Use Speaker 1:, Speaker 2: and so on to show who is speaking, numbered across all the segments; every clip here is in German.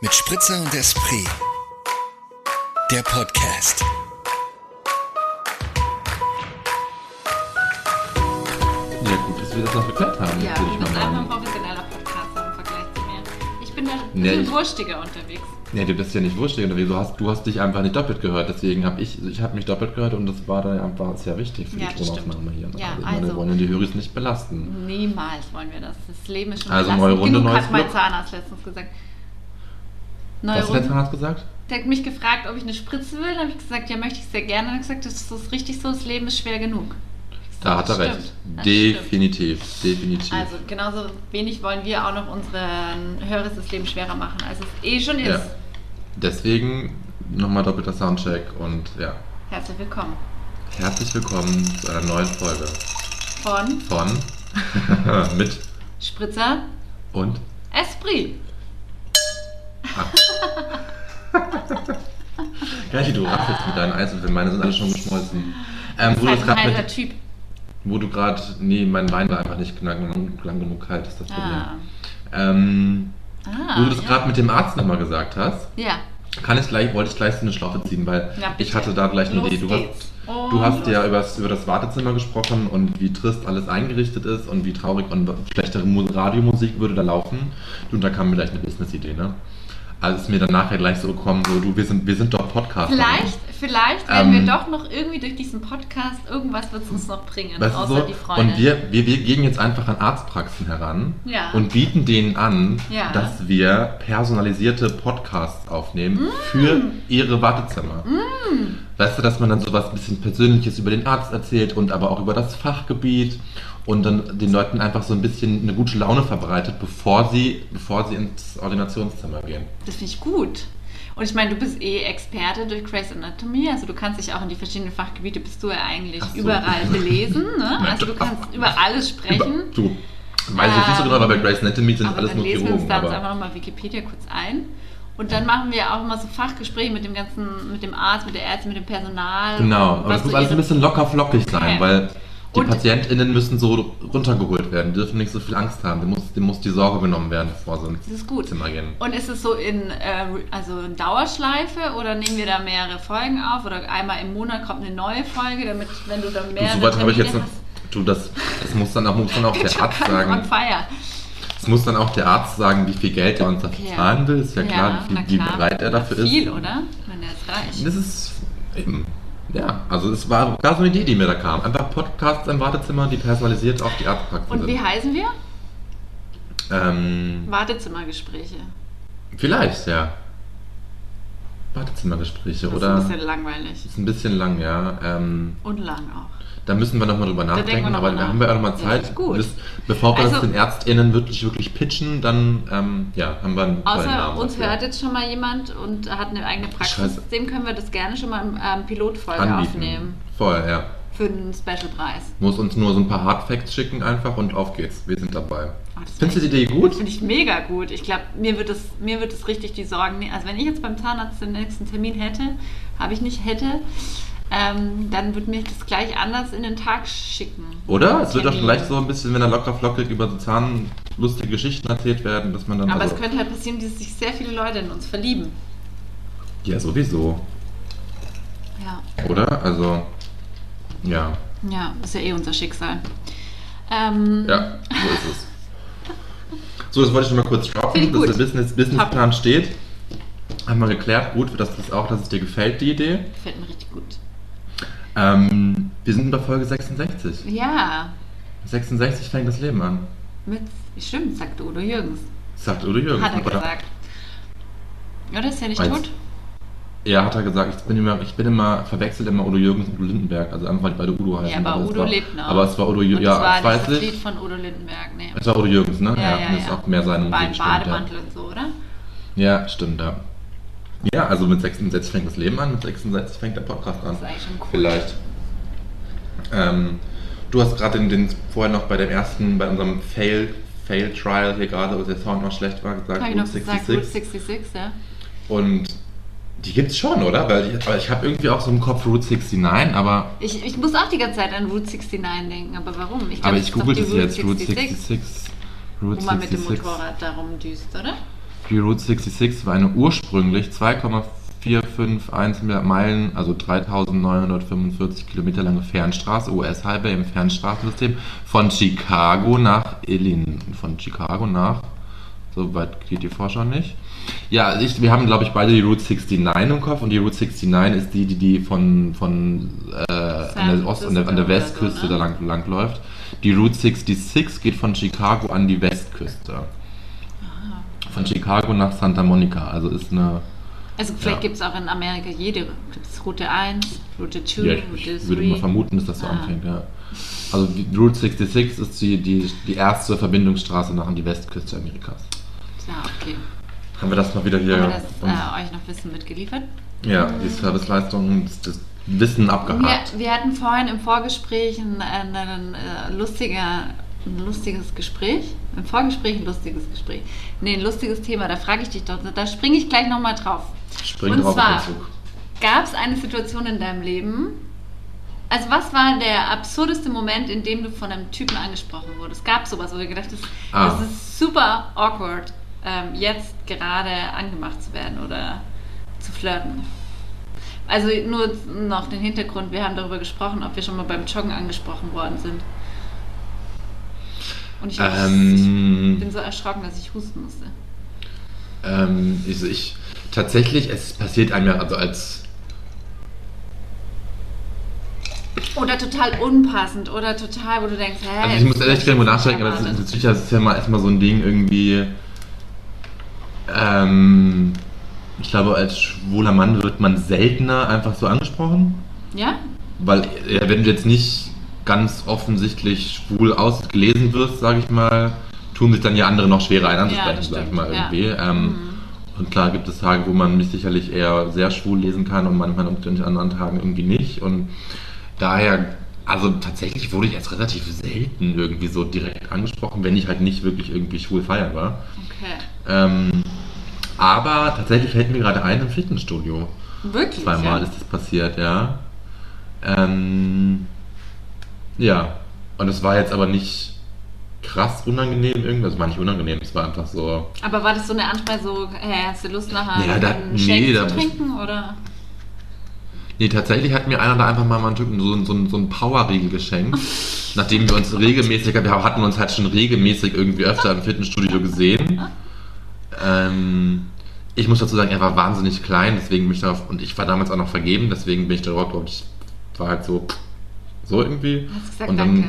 Speaker 1: Mit Spritzer und Esprit. Der Podcast.
Speaker 2: Ja, gut, dass wir das noch geklärt haben, würde
Speaker 3: Ja, du
Speaker 2: ich
Speaker 3: bist
Speaker 2: mal
Speaker 3: einfach ein
Speaker 2: meinen.
Speaker 3: professioneller Podcaster im Vergleich zu mir. Ich bin da
Speaker 2: Nee,
Speaker 3: nee,
Speaker 2: Ne, ich-
Speaker 3: wurstiger unterwegs.
Speaker 2: Nee, du bist ja nicht wurscht unterwegs. Du hast, du hast dich einfach nicht doppelt gehört. Deswegen habe ich, ich habe mich doppelt gehört und das war dann einfach sehr wichtig für
Speaker 3: Ja,
Speaker 2: die
Speaker 3: das stimmt.
Speaker 2: Tonaufnahme hier.
Speaker 3: Ja,
Speaker 2: also, ich meine, wir
Speaker 3: also.
Speaker 2: wollen ja die Höris nicht belasten.
Speaker 3: Niemals wollen wir das. Das Leben ist schon
Speaker 2: Also
Speaker 3: belastend.
Speaker 2: neue Runde,
Speaker 3: Genug
Speaker 2: neues
Speaker 3: hat mein
Speaker 2: Glück.
Speaker 3: Zahnarzt letztens gesagt. Neue
Speaker 2: Was hat der
Speaker 3: Runde.
Speaker 2: Zahnarzt gesagt?
Speaker 3: Der hat mich gefragt, ob ich eine Spritze will. Da habe ich gesagt, ja, möchte ich sehr gerne. Und er hat gesagt, das ist richtig so, das Leben ist schwer genug. Ich
Speaker 2: Da
Speaker 3: gesagt,
Speaker 2: hat er
Speaker 3: das
Speaker 2: recht.
Speaker 3: stimmt. Das stimmt.
Speaker 2: Definitiv, definitiv.
Speaker 3: Also genauso wenig wollen wir auch noch unseren Hörers das Leben schwerer machen, als es eh schon ist.
Speaker 2: Ja. Deswegen nochmal doppelter Soundcheck und ja.
Speaker 3: Herzlich willkommen
Speaker 2: Herzlich willkommen zu einer neuen Folge
Speaker 3: von
Speaker 2: von mit
Speaker 3: Spritzer
Speaker 2: und
Speaker 3: Esprit.
Speaker 2: Gleich du raffelst mit deinen Eiswürfeln, meine sind alle schon geschmolzen. Ähm, wo
Speaker 3: Das
Speaker 2: du
Speaker 3: heißt,
Speaker 2: es
Speaker 3: ein
Speaker 2: gerade
Speaker 3: heißer
Speaker 2: mit
Speaker 3: Typ.
Speaker 2: Wo du gerade, nee, mein Wein war einfach nicht lang, lang genug kalt, ist das Problem.
Speaker 3: Ah.
Speaker 2: Ähm,
Speaker 3: Ah,
Speaker 2: wo du das
Speaker 3: ja.
Speaker 2: gerade mit dem Arzt nochmal gesagt hast,
Speaker 3: Ja,
Speaker 2: kann ich gleich, wollte ich gleich so eine Schlaufe ziehen, weil
Speaker 3: Na, bitte.
Speaker 2: ich hatte da gleich eine
Speaker 3: Los
Speaker 2: Idee. Du
Speaker 3: geht's. Oh.
Speaker 2: hast,
Speaker 3: Und
Speaker 2: du hast ja
Speaker 3: los.
Speaker 2: übers, über das Wartezimmer gesprochen und wie trist alles eingerichtet ist und wie traurig und schlechtere Mu- Radiomusik würde da laufen. Du, und da kam mir gleich eine Business-Idee, ne? Also ist mir dann nachher gleich so gekommen, so du, wir sind, wir sind doch Podcaster.
Speaker 3: Vielleicht, vielleicht werden
Speaker 2: Ähm,
Speaker 3: wir doch noch irgendwie durch diesen Podcast irgendwas wird es uns noch bringen,
Speaker 2: Weißt du
Speaker 3: außer
Speaker 2: so?
Speaker 3: die Freunde.
Speaker 2: Und wir, wir, wir gehen jetzt einfach an Arztpraxen heran
Speaker 3: Ja.
Speaker 2: und bieten denen an,
Speaker 3: Ja.
Speaker 2: dass wir personalisierte Podcasts
Speaker 3: Mm.
Speaker 2: aufnehmen für ihre Wartezimmer. Weißt du, dass man dann sowas ein bisschen Persönliches über den Arzt erzählt und aber auch über das Fachgebiet und dann den Leuten einfach so ein bisschen eine gute Laune verbreitet, bevor sie, bevor sie ins Ordinationszimmer gehen.
Speaker 3: das finde ich gut. Und ich meine, du bist eh Experte durch Grey's Anatomy, also du kannst dich auch in die verschiedenen Fachgebiete bist du ja eigentlich
Speaker 2: Ach so.
Speaker 3: überall belesen, ne?
Speaker 2: Na,
Speaker 3: Also du
Speaker 2: doch.
Speaker 3: kannst über alles
Speaker 2: Über-
Speaker 3: sprechen.
Speaker 2: Du, weiß ich jetzt nicht so
Speaker 3: Ähm,
Speaker 2: genau, aber bei Grace Anatomy sind
Speaker 3: aber
Speaker 2: alles
Speaker 3: dann
Speaker 2: nur
Speaker 3: lesen wir uns
Speaker 2: Chirurgen.
Speaker 3: da jetzt
Speaker 2: aber-
Speaker 3: einfach nochmal Wikipedia kurz ein. Und dann machen wir auch immer so Fachgespräche mit dem ganzen, mit dem Arzt, mit der Ärztin, mit dem Personal.
Speaker 2: Genau,
Speaker 3: und
Speaker 2: aber
Speaker 3: was
Speaker 2: das muss
Speaker 3: so
Speaker 2: alles ein
Speaker 3: ihre-
Speaker 2: bisschen locker flockig sein,
Speaker 3: Okay.
Speaker 2: weil die
Speaker 3: Und-
Speaker 2: PatientInnen müssen so runtergeholt werden, dürfen nicht so viel Angst haben, dem muss, dem muss die Sorge genommen werden, bevor sie ins
Speaker 3: Das ist gut.
Speaker 2: Zimmer gehen.
Speaker 3: Und ist es so in, äh, also in Dauerschleife oder nehmen wir da mehrere Folgen auf oder einmal im Monat kommt eine neue Folge, damit wenn du dann
Speaker 2: Du,
Speaker 3: mehrere
Speaker 2: soweit habe ich jetzt
Speaker 3: Termine
Speaker 2: noch. Du, das, das muss dann auch, muss dann auch
Speaker 3: hast,
Speaker 2: der
Speaker 3: schon
Speaker 2: Arzt
Speaker 3: ganz on
Speaker 2: sagen.
Speaker 3: fire.
Speaker 2: Es muss dann auch der Arzt sagen, wie viel Geld er uns dafür
Speaker 3: Ja.
Speaker 2: zahlen will. Ist ja, klar,
Speaker 3: na
Speaker 2: wie, wie bereit er dafür
Speaker 3: Viel,
Speaker 2: ist.
Speaker 3: oder? Wenn er ist reich.
Speaker 2: Das ist eben. Ja, also es war gar so eine Idee, die mir da kam. Einfach Podcasts im Wartezimmer, die personalisiert auf die Arztpraxis
Speaker 3: Und wie
Speaker 2: sind.
Speaker 3: heißen wir?
Speaker 2: Ähm,
Speaker 3: Wartezimmergespräche.
Speaker 2: Vielleicht, ja. Wartezimmergespräche,
Speaker 3: Das
Speaker 2: oder?
Speaker 3: ist ein bisschen langweilig.
Speaker 2: Ist ein bisschen lang, ja. Ähm,
Speaker 3: Und lang auch.
Speaker 2: da müssen wir nochmal drüber
Speaker 3: denken wir
Speaker 2: nachdenken,
Speaker 3: noch
Speaker 2: aber
Speaker 3: mal
Speaker 2: da
Speaker 3: nach.
Speaker 2: haben wir auch nochmal
Speaker 3: Ja,
Speaker 2: Zeit.
Speaker 3: ist gut.
Speaker 2: Bis, bevor wir das
Speaker 3: Also-
Speaker 2: den ÄrztInnen wirklich, wirklich pitchen, dann ähm, ja, haben wir einen
Speaker 3: Außer
Speaker 2: tollen Namen
Speaker 3: uns
Speaker 2: dafür.
Speaker 3: hört jetzt schon mal jemand und hat eine eigene Praxis.
Speaker 2: Scheiße.
Speaker 3: Dem können wir das gerne schon mal in ähm, Pilotfolge
Speaker 2: Anbieten.
Speaker 3: aufnehmen.
Speaker 2: Voll, ja.
Speaker 3: Für einen Specialpreis.
Speaker 2: Muss uns nur so ein paar Hardfacts schicken einfach und auf geht's. Wir sind dabei.
Speaker 3: Ah, das
Speaker 2: Findest du die
Speaker 3: wär-
Speaker 2: Idee
Speaker 3: Das
Speaker 2: gut?
Speaker 3: finde ich mega gut. Ich glaube, mir wird es mir wird es richtig die Sorgen. nehmen. Also wenn ich jetzt beim Zahnarzt den nächsten Termin hätte, habe ich nicht hätte, ähm, dann würde mich das gleich anders in den Tag schicken.
Speaker 2: Oder? Es wird doch
Speaker 3: Termin.
Speaker 2: vielleicht so ein bisschen, wenn er locker flockig über so zahnlustige Geschichten erzählt werden, dass man dann.
Speaker 3: Aber
Speaker 2: also,
Speaker 3: es könnte halt passieren, dass sich sehr viele Leute in uns verlieben.
Speaker 2: ja, sowieso.
Speaker 3: Ja,
Speaker 2: Oder? Also, ja.
Speaker 3: ja, ist ja eh unser Schicksal. Ähm,
Speaker 2: Ja, so ist es. So, das wollte ich noch mal kurz
Speaker 3: Finde
Speaker 2: droppen,
Speaker 3: ich
Speaker 2: dass der
Speaker 3: gut.
Speaker 2: Business, Businessplan steht. Haben wir geklärt, gut, dass das auch, dass es dir gefällt, die Idee.
Speaker 3: Gefällt mir richtig gut.
Speaker 2: Ähm, wir sind bei Folge 66.
Speaker 3: Ja,
Speaker 2: 66 fängt das Leben an,
Speaker 3: mit, stimmt, sagt Udo Jürgens.
Speaker 2: sagt Udo Jürgens.
Speaker 3: Hat er
Speaker 2: oder?
Speaker 3: gesagt. Oder ist er nicht
Speaker 2: Als-
Speaker 3: tot?
Speaker 2: Ja, hat er gesagt. Ich bin immer, ich bin immer verwechselt immer Udo Jürgens und Udo Lindenberg, also einfach weil beide Udo heißen.
Speaker 3: aber
Speaker 2: es
Speaker 3: Udo
Speaker 2: war,
Speaker 3: lebt noch.
Speaker 2: Aber es war Udo
Speaker 3: Und
Speaker 2: Jürgens. Ja,
Speaker 3: das
Speaker 2: ich
Speaker 3: war nicht
Speaker 2: weiß
Speaker 3: das Lied
Speaker 2: nicht.
Speaker 3: von Udo Lindenberg, ne?
Speaker 2: Es war Udo Jürgens, ne? das ist auch mehr seine
Speaker 3: War
Speaker 2: Musik.
Speaker 3: ein
Speaker 2: stimmt, ja.
Speaker 3: Bademantel und so, oder?
Speaker 2: Ja, stimmt, ja. Ja, also mit 66 fängt das Leben an, mit 66 fängt der Podcast an.
Speaker 3: Das ist eigentlich schon cool.
Speaker 2: Vielleicht. Ähm, du hast gerade den, den vorher noch bei dem ersten, bei unserem Fail, Fail Trial hier gerade, wo der Sound noch schlecht war, gesagt,
Speaker 3: Hab ich
Speaker 2: Route
Speaker 3: noch gesagt, Route 66, ja.
Speaker 2: Und die gibt's schon, oder? Weil ich, aber ich habe irgendwie auch so im Kopf Route 69, aber,
Speaker 3: Ich, ich muss auch die ganze Zeit an Route 69 denken, aber warum? glaub,
Speaker 2: aber
Speaker 3: das
Speaker 2: ich
Speaker 3: ist doch
Speaker 2: google
Speaker 3: die
Speaker 2: das jetzt, Route 66. Route
Speaker 3: Wo man mit dem Motorrad darum düst, oder?
Speaker 2: Die Route 66 war eine ursprünglich 2,451 Meilen, also 3.945 Kilometer lange Fernstraße, US-Highway im Fernstraßensystem von Chicago nach Illinois. Von Chicago nach, so weit geht die Vorschau nicht. Ja, ich, wir haben, glaube ich, beide die Route 69 im Kopf und die Route 69 ist die, die, die von, von äh, an der, Ost, an der, an der
Speaker 3: ne?
Speaker 2: Westküste da lang, lang läuft. Die Route 66 geht von Chicago an die Westküste. Von Chicago nach Santa Monica. Also ist eine.
Speaker 3: Also vielleicht
Speaker 2: Ja.
Speaker 3: gibt es auch in Amerika jede. Gibt's Route 1, Route 2,
Speaker 2: Ja, ich,
Speaker 3: Route
Speaker 2: ich würde mal
Speaker 3: 3.
Speaker 2: vermuten, dass das so
Speaker 3: Ah.
Speaker 2: anfängt, ja. Also die Route 66 ist die, die, die erste Verbindungsstraße nach an die Westküste Amerikas.
Speaker 3: Ja, okay.
Speaker 2: Haben wir das mal wieder hier.
Speaker 3: Haben wir das äh, euch noch Wissen mitgeliefert?
Speaker 2: ja, die Serviceleistung, das, das Wissen
Speaker 3: Wir,
Speaker 2: abgehakt.
Speaker 3: wir hatten vorhin im Vorgespräch ein, ein, ein, äh, lustiger, ein lustiges Gespräch. Im Vorgespräch ein lustiges Gespräch. Nee, ein lustiges Thema. Da frage ich dich doch. Da springe ich gleich nochmal drauf.
Speaker 2: Spring
Speaker 3: und
Speaker 2: drauf
Speaker 3: zwar-
Speaker 2: auf den Zug.
Speaker 3: Gab es eine Situation in deinem Leben? Also was war der absurdeste Moment, in dem du von einem Typen angesprochen wurdest? Gab es sowas, wo du gedacht hast,
Speaker 2: Ah.
Speaker 3: das ist super awkward, ähm, jetzt gerade angemacht zu werden oder zu flirten? Also nur noch den Hintergrund, wir haben darüber gesprochen, ob wir schon mal beim Joggen angesprochen worden sind. Und ich, glaub, ich
Speaker 2: Ähm,
Speaker 3: bin so erschrocken, dass ich husten musste.
Speaker 2: ähm, ich, ich, tatsächlich, es passiert einem ja, also als
Speaker 3: Oder total unpassend, oder total, wo du denkst, hä?
Speaker 2: Also ich muss ehrlich darüber nachdenken, aber das ist, natürlich das ist ja mal erstmal so ein Ding irgendwie. Ähm, ich glaube, als schwuler Mann wird man seltener einfach so angesprochen.
Speaker 3: Ja?
Speaker 2: Weil, ja, wenn du jetzt nicht ganz offensichtlich schwul ausgelesen wirst, sage ich mal, tun sich dann ja andere noch schwerer ein
Speaker 3: Ja,
Speaker 2: anzusprechen,
Speaker 3: das
Speaker 2: sage ich
Speaker 3: stimmt,
Speaker 2: mal
Speaker 3: ja. Mhm.
Speaker 2: irgendwie. Ähm, Und klar gibt es Tage, wo man mich sicherlich eher sehr schwul lesen kann und manchmal an anderen Tagen irgendwie nicht. Und daher, also tatsächlich wurde ich erst relativ selten irgendwie so direkt angesprochen, wenn ich halt nicht wirklich irgendwie schwul feiern war.
Speaker 3: Okay.
Speaker 2: Ähm, aber tatsächlich fällt mir gerade ein im Fitnessstudio.
Speaker 3: Wirklich?
Speaker 2: Zweimal
Speaker 3: ja.
Speaker 2: ist das passiert, ja. Ähm, ja, und es war jetzt aber nicht krass unangenehm irgendwas. Es war nicht unangenehm, es war einfach so.
Speaker 3: Aber war das so eine Ansprache, so, hey, hast du Lust nachher
Speaker 2: Ja, da-
Speaker 3: einen Shake
Speaker 2: nee,
Speaker 3: zu
Speaker 2: da muss-
Speaker 3: trinken? Oder?
Speaker 2: Nee, tatsächlich hat mir einer da einfach mal mal einen Typen so, einen- so, einen- so einen Powerriegel geschenkt, nachdem wir uns regelmäßig, wir hatten uns halt schon regelmäßig irgendwie öfter im Fitnessstudio gesehen. Ähm, ich muss dazu sagen, er war wahnsinnig klein, deswegen bin ich darauf, und ich war damals auch noch vergeben, deswegen bin ich da überhaupt, glaub ich, war halt so, so irgendwie.
Speaker 3: Hast du gesagt,
Speaker 2: Und dann-
Speaker 3: danke.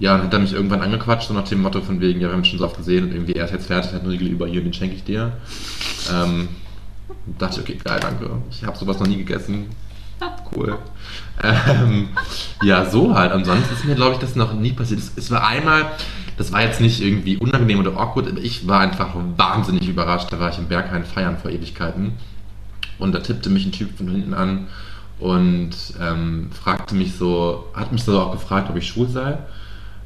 Speaker 2: Ja, dann hat er mich irgendwann angequatscht, so nach dem Motto von wegen, ja, wir haben uns schon so oft gesehen und irgendwie, er ist jetzt fertig, hat einen Riegel über hier, den schenke ich dir. Ähm, dachte ich, okay, geil, danke. Ich habe sowas noch nie gegessen. Cool. Ähm, ja, so halt. Ansonsten ist mir, glaube ich, das noch nie passiert. Es, es war einmal, das war jetzt nicht irgendwie unangenehm oder awkward, aber ich war einfach wahnsinnig überrascht. Da war ich im Berghain feiern vor Ewigkeiten. Und da tippte mich ein Typ von hinten an und ähm, fragte mich so, hat mich so auch gefragt, ob ich schwul sei.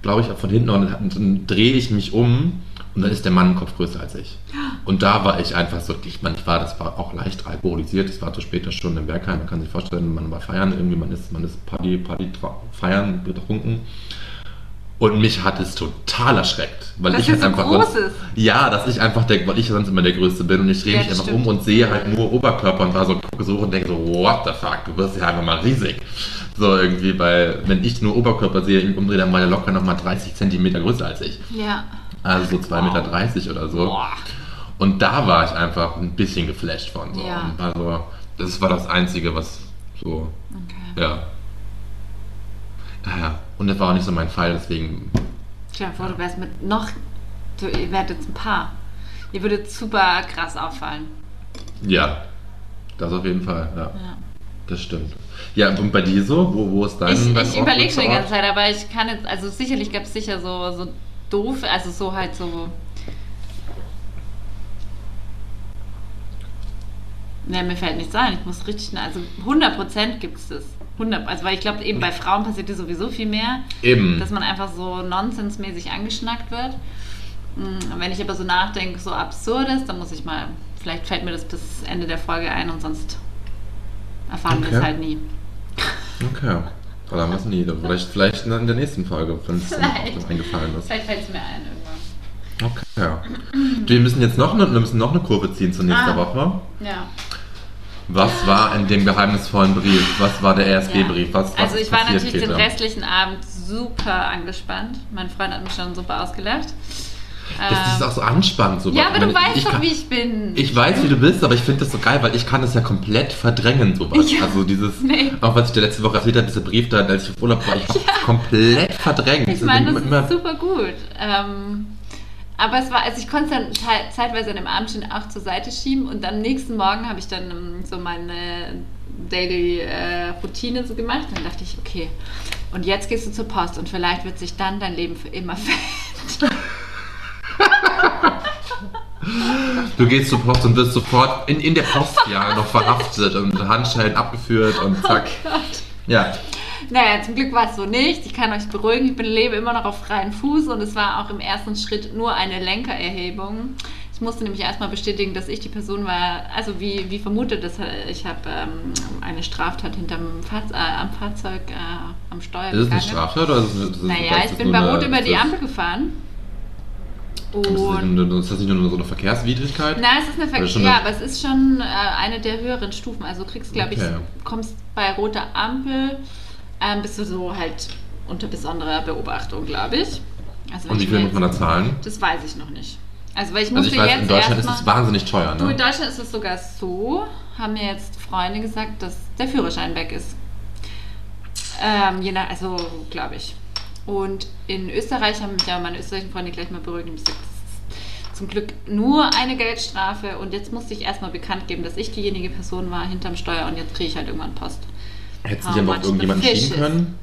Speaker 2: Glaube ich, von hinten und dann, dann drehe ich mich um und dann ist der Mann einen Kopf größer als ich. Und da war ich einfach so, ich meine, ich war, das war auch leicht alkoholisiert, es war zu später Stunde im Bergheim, man kann sich vorstellen, man war feiern, irgendwie, man ist, man ist Party, Party, tra- feiern, betrunken. Und mich hat es total erschreckt, weil
Speaker 3: Dass
Speaker 2: ich
Speaker 3: er
Speaker 2: halt
Speaker 3: so
Speaker 2: einfach
Speaker 3: groß
Speaker 2: sonst,
Speaker 3: ist.
Speaker 2: ja, dass ich einfach der, weil ich sonst immer der Größte bin und ich drehe
Speaker 3: Ja,
Speaker 2: mich
Speaker 3: das
Speaker 2: einfach
Speaker 3: stimmt.
Speaker 2: um und sehe halt nur Oberkörper und war so, gucke so hoch und denke so, what the fuck, du wirst ja einfach mal riesig. So irgendwie, weil wenn ich nur Oberkörper sehe, irgendwie umdrehe, dann war der locker nochmal 30 Zentimeter größer als ich.
Speaker 3: Ja.
Speaker 2: Also so 2,30 Meter dreißig oder so.
Speaker 3: Boah.
Speaker 2: Und da war ich einfach ein bisschen geflasht von. So.
Speaker 3: Ja.
Speaker 2: Und war so, das war das Einzige, was so,
Speaker 3: Okay.
Speaker 2: ja. Ja, Und das war auch nicht so mein Fall, deswegen.
Speaker 3: Stell dir vor, du wärst mit noch. Du, ihr werdet jetzt ein Paar. Ihr würdet super krass auffallen.
Speaker 2: Ja, das auf jeden Fall, ja.
Speaker 3: Ja.
Speaker 2: Das stimmt. Ja, und bei dir so? Wo, wo ist dein.
Speaker 3: Ich,
Speaker 2: dein
Speaker 3: ich überlege schon die ganze
Speaker 2: Ort?
Speaker 3: Zeit, aber ich kann jetzt. Also sicherlich gab es sicher so, so doof, also so halt so. Ne, mir fällt nichts ein. Ich muss richtig. Also 100% gibt es das. 100, also weil ich glaube, eben bei Frauen passiert dir sowieso viel mehr.
Speaker 2: Eben.
Speaker 3: dass man einfach so nonsensmäßig angeschnackt wird. Mm, Wenn ich aber so nachdenke, so absurd ist, dann muss ich mal, vielleicht fällt mir das bis Ende der Folge ein und sonst erfahren wir es
Speaker 2: Okay.
Speaker 3: halt nie.
Speaker 2: Okay. Oder was nie? Vielleicht, vielleicht in der nächsten Folge, wenn es
Speaker 3: Vielleicht.
Speaker 2: eingefallen ist.
Speaker 3: Vielleicht fällt es mir ein irgendwann.
Speaker 2: Okay. Wir müssen jetzt noch eine, wir müssen noch eine Kurve ziehen zur nächsten
Speaker 3: Ah.
Speaker 2: Woche.
Speaker 3: Ja.
Speaker 2: Was war in dem geheimnisvollen Brief? Was war der E RSG-Brief?
Speaker 3: Ja.
Speaker 2: Was, was
Speaker 3: also
Speaker 2: ist
Speaker 3: ich war
Speaker 2: passiert,
Speaker 3: natürlich den
Speaker 2: Käthe?
Speaker 3: restlichen Abend super angespannt. Mein Freund hat mich schon super ausgelacht. Ähm,
Speaker 2: Das ist auch so anspannend. So
Speaker 3: ja, aber du
Speaker 2: Ich meine,
Speaker 3: weißt
Speaker 2: ich
Speaker 3: doch,
Speaker 2: kann,
Speaker 3: wie ich bin.
Speaker 2: Ich weiß, wie du bist, aber ich finde das so geil, weil ich kann das ja komplett verdrängen, sowas.
Speaker 3: Ja.
Speaker 2: Also dieses,
Speaker 3: Nee.
Speaker 2: auch was ich dir letzte Woche erzählt habe, dieser Brief da, als ich auf Urlaub war, ich habe komplett verdrängt.
Speaker 3: Ich meine,
Speaker 2: Also
Speaker 3: das
Speaker 2: immer-
Speaker 3: ist super gut. Ähm, aber es war, also ich konnte es dann te- zeitweise an dem Abend schon auch zur Seite schieben und am nächsten Morgen habe ich dann ähm, so meine Daily-Routine so gemacht. Dann dachte ich, okay, und jetzt gehst du zur Post und vielleicht wird sich dann dein Leben für immer verändern.
Speaker 2: du gehst zur Post und wirst sofort in, in der Post ja noch verhaftet und Handschellen abgeführt
Speaker 3: Oh
Speaker 2: und zack. ja,
Speaker 3: Naja, zum Glück war es so nicht. Ich kann euch beruhigen, ich bin, lebe immer noch auf freiem Fuß und es war auch im ersten Schritt nur eine Lenkererhebung. Ich musste nämlich erstmal bestätigen, dass ich die Person war, also wie, wie vermutet, dass äh, ich habe ähm, eine Straftat hinterm Fahr äh, am Fahrzeug, äh, am Steuer
Speaker 2: ist es eine
Speaker 3: begangen.
Speaker 2: Strafe oder ist es, ist es,
Speaker 3: Naja,
Speaker 2: oder ist
Speaker 3: ich
Speaker 2: es
Speaker 3: bin
Speaker 2: nur
Speaker 3: bei
Speaker 2: eine-
Speaker 3: Rot über
Speaker 2: ist
Speaker 3: die
Speaker 2: es-
Speaker 3: Ampel gefahren.
Speaker 2: Ist das, nicht
Speaker 3: Und
Speaker 2: nur, ist das nicht nur so eine Verkehrswidrigkeit?
Speaker 3: na, es ist eine
Speaker 2: Oder
Speaker 3: Ver
Speaker 2: schon
Speaker 3: Ja,
Speaker 2: eine-
Speaker 3: aber es ist schon äh, eine der höheren Stufen. Also du kriegst, glaube
Speaker 2: Okay.
Speaker 3: ich, kommst bei roter Ampel, ähm, bist du so halt unter besonderer Beobachtung, glaube ich. Also, wenn
Speaker 2: Und wie
Speaker 3: ich
Speaker 2: viel
Speaker 3: mir
Speaker 2: muss man da
Speaker 3: jetzt-
Speaker 2: zahlen?
Speaker 3: Das weiß ich noch nicht. Also weil ich
Speaker 2: Also
Speaker 3: musste
Speaker 2: ich weiß,
Speaker 3: jetzt
Speaker 2: in Deutschland ist
Speaker 3: erstmal-
Speaker 2: es wahnsinnig teuer,
Speaker 3: Du, in
Speaker 2: ne?
Speaker 3: Deutschland ist es sogar so, haben mir jetzt Freunde gesagt, dass der Führerschein weg ist. Ähm, je nach, also glaube ich. Und in Österreich haben mich ja meine österreichischen Freunde gleich mal beruhigt und gesagt, das ist zum Glück nur eine Geldstrafe. Und jetzt musste ich erstmal bekannt geben, dass ich diejenige Person war hinterm Steuer und jetzt kriege ich halt irgendwann Post.
Speaker 2: Hätte
Speaker 3: How
Speaker 2: sich aber
Speaker 3: much
Speaker 2: auch
Speaker 3: the
Speaker 2: irgendjemand
Speaker 3: fish
Speaker 2: schieben
Speaker 3: is.
Speaker 2: können?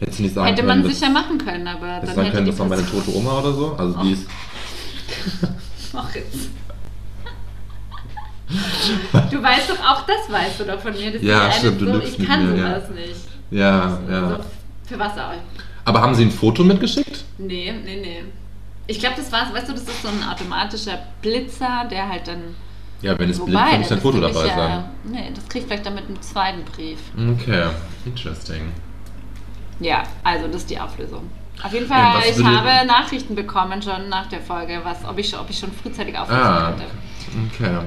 Speaker 2: Hätte sie nicht sagen
Speaker 3: hätte
Speaker 2: können.
Speaker 3: man
Speaker 2: dass-
Speaker 3: sicher machen können, aber
Speaker 2: Hätte
Speaker 3: dann
Speaker 2: sagen
Speaker 3: hätte
Speaker 2: können,
Speaker 3: die
Speaker 2: das war meine
Speaker 3: Person...
Speaker 2: tote Oma oder so. Also die ist.
Speaker 3: Mach jetzt. Du weißt doch, auch das weißt du doch von mir. Das
Speaker 2: Ja,
Speaker 3: ist
Speaker 2: stimmt, du
Speaker 3: so,
Speaker 2: lügst
Speaker 3: Ich
Speaker 2: mit
Speaker 3: kann
Speaker 2: mir, ja.
Speaker 3: sowas nicht.
Speaker 2: Ja, ja.
Speaker 3: Also, für was auch?
Speaker 2: Aber haben sie ein Foto mitgeschickt?
Speaker 3: Nee, nee, nee. Ich glaube, das war's. Weißt du, das ist so ein automatischer Blitzer, der halt dann.
Speaker 2: Ja, wenn es blinkt, kann ich ein
Speaker 3: das
Speaker 2: Foto
Speaker 3: krieg ich
Speaker 2: dabei
Speaker 3: ja-
Speaker 2: sein.
Speaker 3: Nee, das krieg ich vielleicht dann mit einem zweiten Brief.
Speaker 2: Okay, interesting.
Speaker 3: Ja, also das ist die Auflösung. Auf jeden
Speaker 2: Ja,
Speaker 3: Fall,
Speaker 2: was
Speaker 3: ich
Speaker 2: würde-
Speaker 3: habe Nachrichten bekommen schon nach der Folge, was, ob, ich, schon- ob ich schon frühzeitig auflösen
Speaker 2: Ah,
Speaker 3: könnte.
Speaker 2: okay.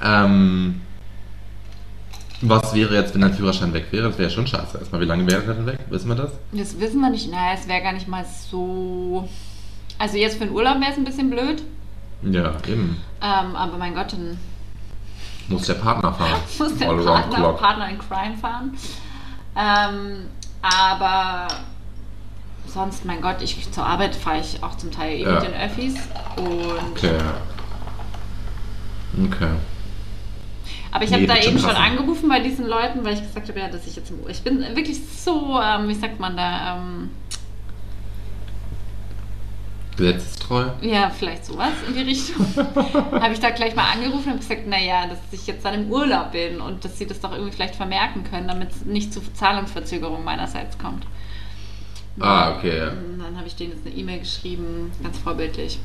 Speaker 3: Ja.
Speaker 2: Ähm, was wäre jetzt, wenn dein Führerschein weg wäre? Das wäre schon scheiße. Erstmal, wie lange wäre der denn weg? Wissen wir das?
Speaker 3: Das wissen wir nicht. Naja, es wäre gar nicht mal so. Also jetzt für den Urlaub wäre es ein bisschen blöd.
Speaker 2: Ja, eben.
Speaker 3: Ähm, aber mein Gott, dann
Speaker 2: Muss der Partner fahren.
Speaker 3: muss der
Speaker 2: All around
Speaker 3: Partner,
Speaker 2: clock.
Speaker 3: Partner in Crime fahren. Ähm, aber sonst, mein Gott, ich zur Arbeit fahre ich auch zum Teil eh
Speaker 2: Ja.
Speaker 3: mit den Öffis. Und,
Speaker 2: Okay. Okay.
Speaker 3: Aber ich habe
Speaker 2: Nee,
Speaker 3: da
Speaker 2: wird
Speaker 3: eben
Speaker 2: schon
Speaker 3: schon
Speaker 2: passen.
Speaker 3: angerufen bei diesen Leuten, weil ich gesagt habe, ja, dass ich jetzt im Ich bin wirklich so, ähm, wie sagt man da, ähm,
Speaker 2: Gesetzestreu?
Speaker 3: Ja, vielleicht sowas in die Richtung. habe ich da gleich mal angerufen und habe gesagt, naja, dass ich jetzt dann im Urlaub bin und dass sie das doch irgendwie vielleicht vermerken können, damit es nicht zu Zahlungsverzögerung meinerseits kommt.
Speaker 2: Ah, okay, ja.
Speaker 3: Und dann habe ich denen jetzt eine E-Mail geschrieben, ganz vorbildlich.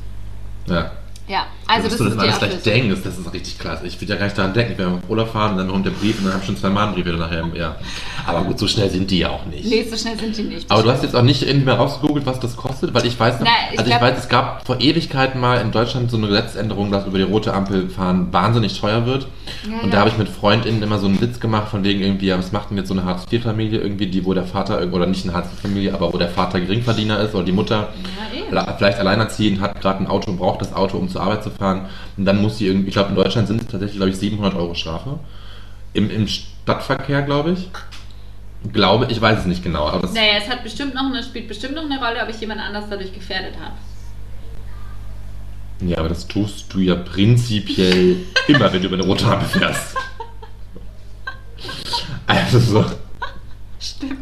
Speaker 2: Ja.
Speaker 3: Ja, also
Speaker 2: Dass
Speaker 3: das
Speaker 2: du das
Speaker 3: ist die
Speaker 2: alles gleich
Speaker 3: Auflösung.
Speaker 2: denkst, das ist richtig klasse. Ich würde ja gar nicht daran denken, ich werde mit Urlaub fahren und dann kommt der Brief und dann habe ich schon zwei Mahnbriefe nachher. Ja. Aber gut, so schnell sind die ja auch nicht.
Speaker 3: Nee, so schnell sind die nicht.
Speaker 2: Aber du hast jetzt auch nicht irgendwie mal rausgegoogelt, was das kostet, weil ich weiß noch,
Speaker 3: Nein, ich
Speaker 2: also
Speaker 3: glaub-
Speaker 2: ich weiß, es gab vor Ewigkeiten mal in Deutschland so eine Gesetzänderung, dass über die rote Ampel fahren wahnsinnig teuer wird.
Speaker 3: Ja,
Speaker 2: und
Speaker 3: ja.
Speaker 2: da habe ich mit FreundInnen immer so einen Witz gemacht, von wegen irgendwie, ja, was macht denn jetzt so eine Hartz-IV-Familie irgendwie, die, wo der Vater, irgend- oder nicht eine Hartz-IV-Familie, aber wo der Vater Geringverdiener ist oder die Mutter
Speaker 3: Ja, eben.
Speaker 2: la- vielleicht alleinerziehend, hat gerade ein Auto und braucht das Auto, um zur Arbeit zu fahren. Und dann muss sie irgendwie, ich glaube, in Deutschland sind es tatsächlich, glaube ich, 700 Euro Strafe. Im, im Stadtverkehr, glaube ich. Glaube, ich weiß es nicht genau, aber das
Speaker 3: Naja, es hat bestimmt noch eine, spielt bestimmt noch eine Rolle, ob ich jemand anders dadurch gefährdet habe.
Speaker 2: Ja, aber das tust du ja prinzipiell immer, wenn du über eine rote Ampel fährst. Also so.
Speaker 3: Stimmt.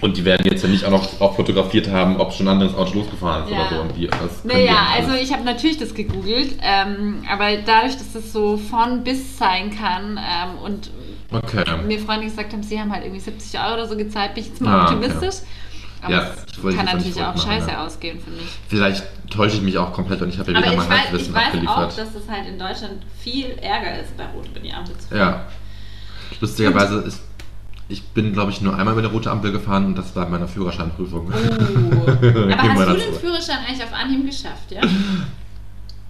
Speaker 2: Und die werden jetzt ja nicht auch noch auch fotografiert haben, ob schon ein anderes Auto losgefahren ist
Speaker 3: Ja.
Speaker 2: oder so. Und die, das können die
Speaker 3: Naja,
Speaker 2: ja
Speaker 3: also
Speaker 2: alles.
Speaker 3: ich habe natürlich das gegoogelt, ähm, aber dadurch, dass es so von bis sein kann ähm, und
Speaker 2: Okay.
Speaker 3: mir Freunde gesagt haben, sie haben halt irgendwie 70 Euro oder so gezahlt, bin ich jetzt mal
Speaker 2: Ah, okay.
Speaker 3: optimistisch. Aber
Speaker 2: Ja, ich
Speaker 3: es
Speaker 2: wollte
Speaker 3: kann
Speaker 2: jetzt auch nicht
Speaker 3: natürlich auch
Speaker 2: verrückt machen,
Speaker 3: scheiße
Speaker 2: ja.
Speaker 3: ausgehen, finde ich.
Speaker 2: Vielleicht täusche ich mich auch komplett und ich habe ja
Speaker 3: Aber
Speaker 2: wieder
Speaker 3: ich
Speaker 2: mein
Speaker 3: weiß,
Speaker 2: Halbwissen
Speaker 3: ich weiß auch,
Speaker 2: abgeliefert.
Speaker 3: dass es halt in Deutschland viel Ärger ist, bei Rot über die Ampel zu fahren.
Speaker 2: Ja. Lustigerweise ist Ich bin, glaube ich, nur einmal mit der roten Ampel gefahren und das war in meiner Führerscheinprüfung.
Speaker 3: Oh. Aber
Speaker 2: Gehen wir
Speaker 3: hast du den
Speaker 2: dazu.
Speaker 3: Führerschein eigentlich auf Anhieb geschafft, ja?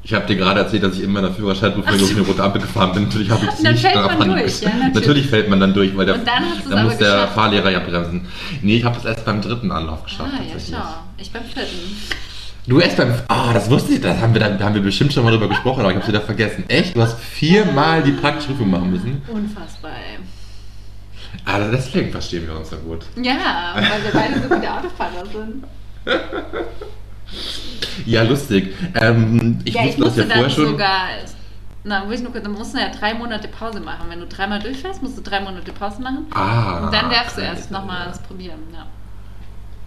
Speaker 2: Ich habe dir gerade erzählt, dass ich in meiner Führerscheinprüfung
Speaker 3: Ach so.
Speaker 2: durch eine rote Ampel gefahren bin. Natürlich habe ich das
Speaker 3: Dann
Speaker 2: nicht
Speaker 3: fällt
Speaker 2: darauf
Speaker 3: man
Speaker 2: an-
Speaker 3: durch, ja, natürlich.
Speaker 2: fällt man dann durch, weil der,
Speaker 3: Und dann hast du's
Speaker 2: dann
Speaker 3: aber
Speaker 2: muss der
Speaker 3: geschafft.
Speaker 2: Fahrlehrer ja bremsen. Nee, ich habe es erst beim dritten Anlauf geschafft.
Speaker 3: Ah, ja,
Speaker 2: tatsächlich.
Speaker 3: schau. Ich beim vierten.
Speaker 2: Du erst beim. Ah, das wusste ich, das haben wir, da haben wir bestimmt schon mal drüber gesprochen, aber ich habe es wieder vergessen. Echt? Du hast viermal die praktische Prüfung machen müssen.
Speaker 3: Unfassbar, ey.
Speaker 2: Ah, deswegen verstehen wir uns so gut.
Speaker 3: Ja, weil wir beide so gute Autofahrer sind.
Speaker 2: Ja, lustig. Ähm, ich
Speaker 3: ja, ich
Speaker 2: wusste das
Speaker 3: musste
Speaker 2: ja vorher
Speaker 3: dann
Speaker 2: schon.
Speaker 3: sogar. Na, muss ich nur kurz, dann musst du ja drei Monate Pause machen. Wenn du dreimal durchfährst, musst du drei Monate Pause machen.
Speaker 2: Ah.
Speaker 3: Und dann darfst du erst
Speaker 2: okay.
Speaker 3: nochmal das probieren. Ja.